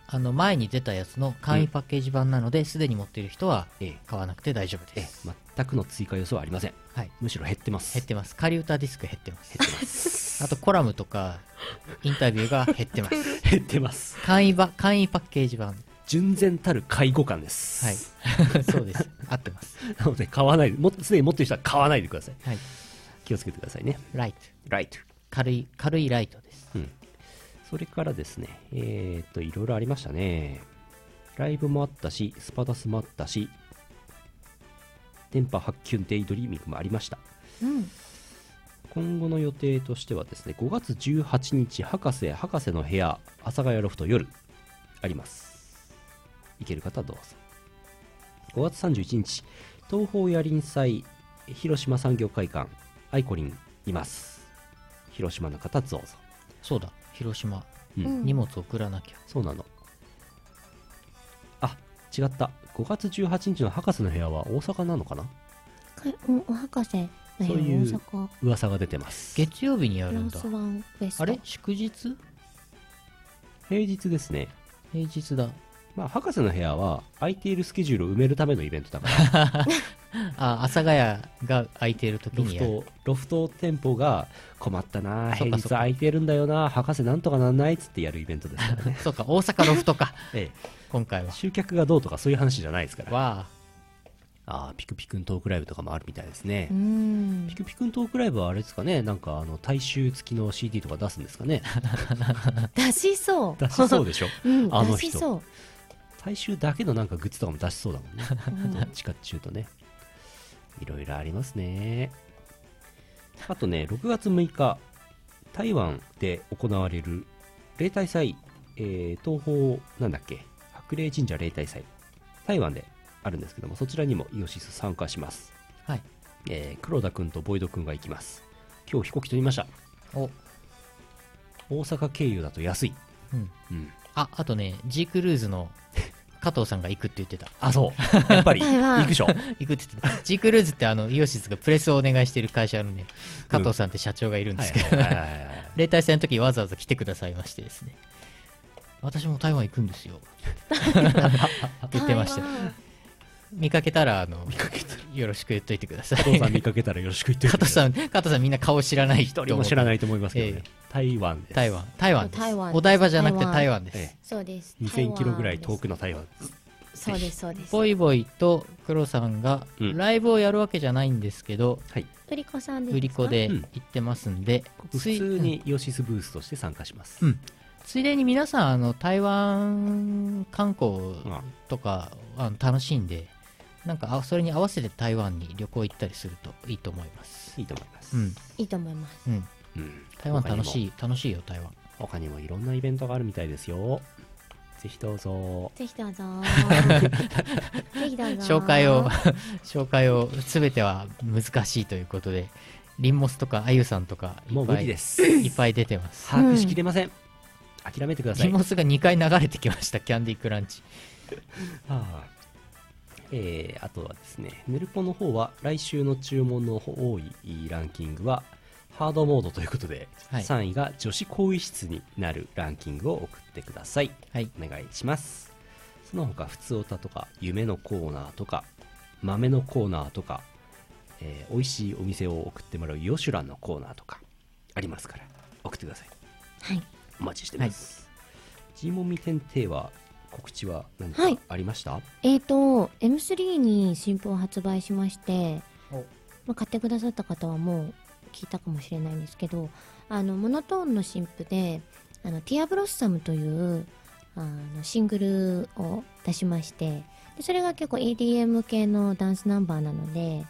B: あの、前に出たやつの簡易パッケージ版なので、す、で、に持っている人は
A: ええ
B: 買わなくて大丈夫
A: え
B: で
A: え
B: す。
A: 全くの追加要素はありません
B: はい。
A: むしろ減ってます
B: 減ってます。仮歌ディスク減ってます。
A: 減ってます
B: あと、コラムとか、インタビューが減ってます。
A: 減ってます
B: 簡易ば、簡易パッケージ版。
A: 純然たる介護感です
B: はい。そうです。合ってます。
A: なので買わないでもすでに持ってる人は買わないでください
B: はい。
A: 気をつけてくださいね
B: ライト。
A: ライト
B: 軽い、軽いライトです。
A: それからですね、えーっと、いろいろありましたね。ライブもあったし、スパダスもあったし、電波発見デイドリーミングもありました。
C: うん
A: 今後の予定としてはですね、5月18日、博士、博士の部屋、阿佐ヶ谷ロフト夜、あります。行ける方はどうぞ。5月31日、東方や林祭、広島産業会館、アイコリン、います。広島の方、どうぞ。
B: そうだ。広島。
A: うん
C: うん
B: 荷物送らなきゃ。
A: そうなの。あ、違った。5月18日の博士の部屋は大阪なのかな
C: かおお博士の部屋
A: そういう
C: 大阪
A: 噂が出てます。
B: 月曜日にや
C: フ
B: る
C: ラ
B: ん
C: ン
B: だ
C: ス。ワンフェスト
B: あれ祝日
A: 平日ですね。
B: 平日だ。
A: まあ、博士の部屋は空いているスケジュールを埋めるためのイベントだから、
B: あ、阿佐ヶ谷が空いている時
A: ロフ
B: にやる。
A: ト、ロフト店舗が困ったな
B: そっ
A: 平
B: かそっか。
A: 日空いてるんだよな博士なんとかなんないっつってやるイベントですからね
B: そうか、大阪ロフトか。
A: え
B: 今回
A: え、
B: は。
A: 集客がどうとかそういう話じゃないですから。
B: わ
A: ああ、ピクピクントークライブとかもあるみたいですね
C: うー。 ん
A: ピクピクントークライブはあれですかね、なんかあの、大衆付きの CD とか出すんですかね。
C: 出しそう
A: 出しそうでしょ
C: うん
A: あの
C: 出し
A: 人
C: そう
A: 大衆だけのなんかグッズとかも出しそうだもんね
C: うん
A: どっちかっちゅうとねいろいろありますねあとね6月6日台湾で行われる例大祭、えー東方なんだっけ白麗神社例大祭台湾であるんですけどもそちらにもイオシス参加します
B: あ。はい。
A: えー黒田くんとボイドくんが行きます今日飛行機取りました
B: お、
A: 大阪経由だと安い
B: うん。
A: うん
B: あ、あとね、G クルーズの加藤さんが行くって言ってた。
A: あそうやっぱり
C: 台湾
A: 行くでしょ
B: 行くって言 ってた。G クルーズってあの、イオシスがプレスをお願いしてる会社のね、加藤さんって社長がいるんですけど、
A: は いはいはいはい
B: 例大祭の時わざわざ来てくださいましてですね。私も台湾行くんですよ。言ってました
C: 台。湾
B: 見かけたら、あの、よろしく言っといてくださ
A: 加
B: い。
A: 藤さん見かけたらよろしく言って
B: 加藤
A: ん
B: さん、 加藤さんみんな顔知らない人。
A: 一人も知らないいと思いますけどね、
B: え
A: 台湾です
B: 台湾。台湾です。
C: 台湾です
B: お台場じゃなくて
C: 台
B: 台湾です。
A: え
C: そうです
A: え2000キロぐらい
C: 台湾
A: 遠くの台湾です
C: ですそうですそうです
B: ボイボイと黒さんが
A: うん
B: ライブをやるわけじゃないんですけど、
A: はい
C: 売り子さんですか
B: 売り子で
A: うん
B: 行ってますんで、
A: 普
B: つい
A: 通にイオシスブースとして参加します、
B: うん、ついでに皆さんあの台湾観光
A: まあ
B: とかあの楽しいんでなんかあそれに合わせて台湾に旅行行ったりするといいと思います
A: いいと思います、
B: うん
C: いいと思います
B: うん
A: うん
B: 台湾楽し
A: い
B: い楽しいよ台湾
A: 他にもいろんなイベントがあるみたいですよぜひどうぞ
C: ぜひど うぞぜひどうぞ
B: 紹介を 紹介を全ては難しいということでリンモスとかあゆさんとかいっぱい
A: もう無理です
B: いっぱい出てます
A: 把握しきれません、諦めてくださ
B: リ
A: い
B: ンモスが2回流れてきま したキャンディークランチ
A: はあえーあとはですね、ヌルポの方は来週の注文の多いランキングは、ハードモードということで、
B: はい
A: 3位が女子更衣室になるランキングを送ってください。
B: はい
A: お願いします。その他、普通歌とか、夢のコーナーとか、豆のコーナーとか、えー美味しいお店を送ってもらうヨシュランのコーナーとか、ありますから、送ってください。
C: はい。
A: お待ちしてます。ジモミ検定は、告知は何か
C: はい
A: ありました、
C: えーと、M3 に新譜を発売しまして、まあ、買ってくださった方はもう聞いたかもしれないんですけど、あの、モノトーンの新譜で、あの、ティアブロッサムという、あの、シングルを出しまして、でそれが結構 EDM 系のダンスナンバーなので、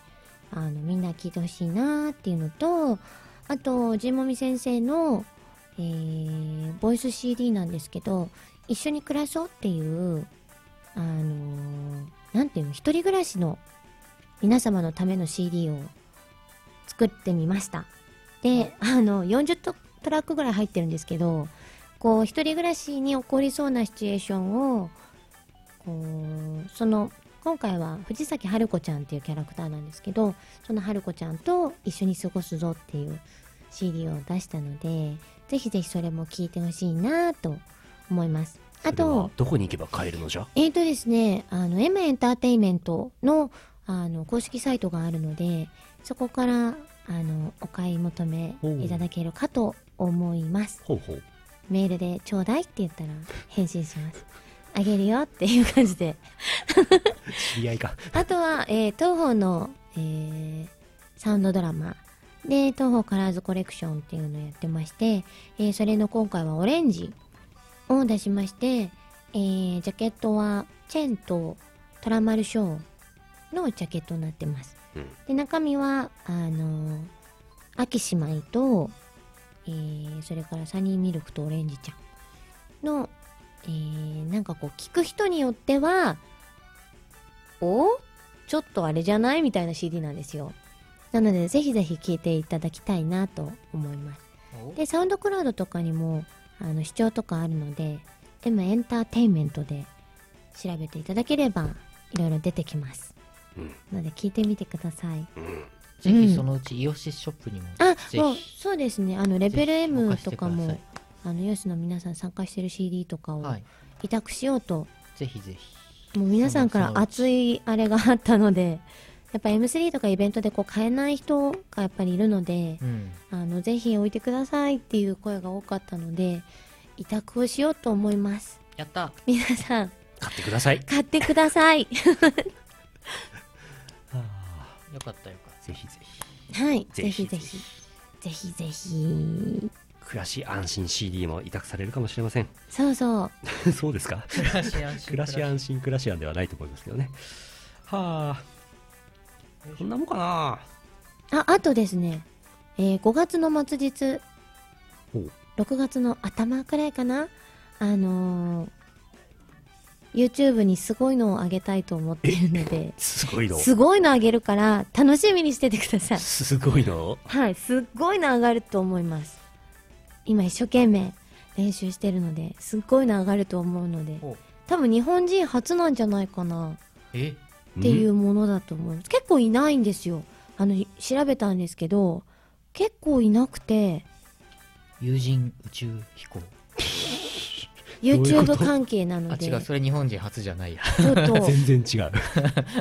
C: あの、みんな聴いてほしいなーっていうのと、あと、ジモミ先生の、えー、ボイス CD なんですけど、一緒に暮らそうっていう、あのーなんていうの、一人暮らしの皆様のための CD を作ってみました。で、あの、40トトラックぐらい入ってるんですけど、こう、一人暮らしに起こりそうなシチュエーションを、こう、その、今回は藤崎春子ちゃんっていうキャラクターなんですけど、その春子ちゃんと一緒に過ごすぞっていう CD を出したので、ぜひぜひそれも聞いてほしいなと思います。あ
A: それ
C: と
A: は、どこに行けば買えるのじゃ
C: えーとですね、あの、M エンターテイメントの、あの、公式サイトがあるので、そこから、あの、お買い求めいただけるかと思います。
A: ほうほう。
C: メールで、ちょうだいって言ったら、返信します。あげるよっていう感じで。
A: 知り合いか。
C: あとは、えー東方の、えーサウンドドラマで、東方カラーズコレクションっていうのをやってまして、えーそれの今回はオレンジを出しまして、えージャケットはチェンとトラマルショーのジャケットになってます。
A: うん
C: で、中身は、あのー、秋姉妹と、えーそれからサニーミルクとオレンジちゃんの、えーなんかこう、聞く人によっては、おちょっとあれじゃないみたいな CD なんですよ。なので、ぜひぜひ聴いていただきたいなと思います。で、サウンドクラウドとかにも、あの、視聴とかあるので、M エンターテインメントで調べていただければ、いろいろ出てきます。
A: うん
C: ので、聴いてみてください。
B: ぜひそのうちイオシスショップにも
C: あ、
B: ぜ
C: もう、
B: ひ
C: そうですね。あの、レベル
B: ぜひ参
C: M
B: 加して
C: と
B: くだ
C: か
B: さい
C: も、あの、ヨシの皆さん参加してる CD とかを
B: はい
C: 委託しようと、
B: ぜひぜひ
C: もう皆さんから熱いあれがあったので、 やっぱ M3 とかイベントでこう買えない人がやっぱりいるので
B: う、ん
C: あの、ぜひ置いてくださいっていう声が多かったので、委託をしようと思います。
B: やった
C: 皆さん、
A: 買ってください。
C: 買ってください。
B: よかったよかっ
A: ぜひぜひ。
C: はい、
A: ぜひ
C: ぜひ
A: ぜ
C: ぜ
A: ひ
C: ひ。ぜひぜひ。
A: 暮らし安心 CD も委託されるかもしれません。
C: そうそう。
A: そうですか
B: た暮らし安心
A: 暮らし安心暮らし安ではないと思いますけどね。はあ。こんなもんかな
C: あ、あとですね、えー5月の末日、
A: ほう、
C: 6月の頭くらいかな、あのー YouTube にすごいのをあげたいと思っているので
A: すごいの。
C: すごいのあげるから、楽しみにしててく ださい。
A: すごいの。
C: はい、すっごいの上がると思います。今一生懸命練習してるので、すっごいの上がると思うので
B: お、
C: 多分日本人初なんじゃないかな。
B: え
C: っていううんものだと思います。結構いないんですよ。あの、い調べたんですけど、結構いなくて、
B: 友人宇宙飛行
A: ういうこと
C: YouTube 関係なの
B: あ
C: で、
B: 違うそれ日本人初じゃないや
C: ちょっと、
A: 全然違う。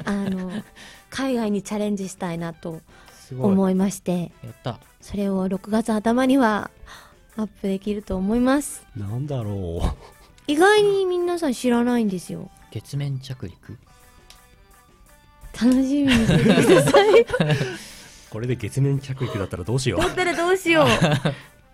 C: あの、海外にチャレンジしたいなと
B: す
C: 思いまして、
B: やった
C: それを6月頭にはアップできると思います。
A: なんだろう。
C: 意外に皆さん知らないんですよ。
B: 月面着陸
C: 楽しみにしててください。
A: これで月面着陸だったらどうしよ
C: だったらどうしよ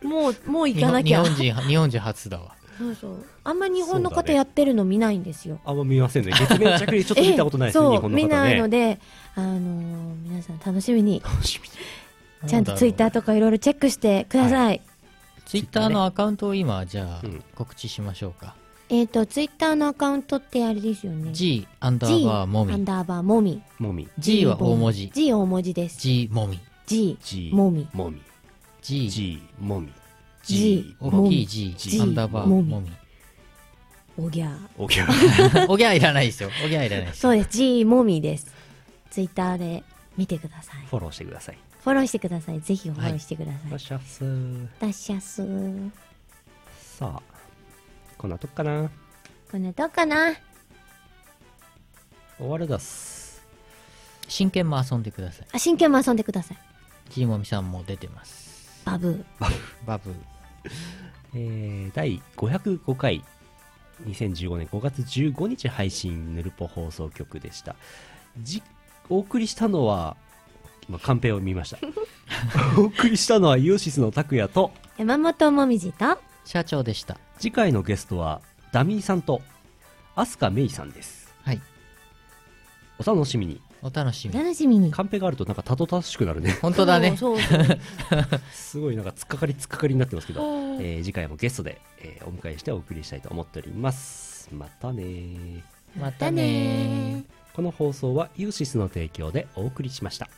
C: う。もう、もう行
B: 日
C: か
B: 本
C: なきゃ。
B: 日本人日本人初だわ
C: そうそう。あんま日本の
A: そうだ
C: 方
A: ね
C: やってるの見ないんですよ。
A: う。あんま見ませんね。月面着陸ちょっと見たことないです
C: ええ
A: ね、
C: そう
A: 日本の
C: 見
A: 方
C: ないの
A: ね。
C: で、あのー皆さん楽しみに、
A: 楽しみ
C: ちゃんとツイッターとかいろいろチェックしてください。
B: ツイッターのアカウントを今じゃあ
A: うん
B: 告知しましょうか
C: えっ、と、ツイッターのアカウントってあれですよね。
B: G アンダーバーも
C: アン
B: み
C: ダーバーもみ。
A: もみ。
B: G は大文字
C: G 大文字です。
B: G もみ
C: G、
A: G。
C: もみ。
A: もみ。
B: G
A: G。もみ。
C: G
B: 大きい
A: G
B: G アンダーバーもみ
C: おぎゃー。
A: おぎゃ。
B: おぎゃいらないですよおぎゃいらないです
C: そうです。G もみです。ツイッターで見てください。
A: フォローしてください。
C: フォローしてください。ぜひフォローしてください。
A: よっしゃっす
C: ダッシャス。
A: さあこんなとこかな
C: こんなどうかな
A: 終わるだっす
B: 真剣も遊んでください
C: あ、真剣も遊んでください。
B: ちりもみさんも出てます
C: バブー。
B: バブ
A: えー、第505回2015年5月15日配信ぬるぽ放送局でしたじお送りしたのは今カンペを見ましたお送りしたのはイオシスの拓也と
C: 山本もみじと、
B: 社長でした
A: 次回のゲストはダミーさんと飛鳥メイさんです
B: はい
A: お楽しみに
B: お楽しみに
C: 楽しみに。
A: カンペがあるとなんかたどたどしくなるね
B: 本当だね
C: そうそうそう
A: すごいなんか突っかかり突っかかりになってますけど、えー次回もゲストで、えーお迎えしてお送りしたいと思っておりますまたねー
B: ま
C: だ
B: た
C: ね
B: ね
C: ー
B: ー。
A: この放送はイオシスの提供でお送りしました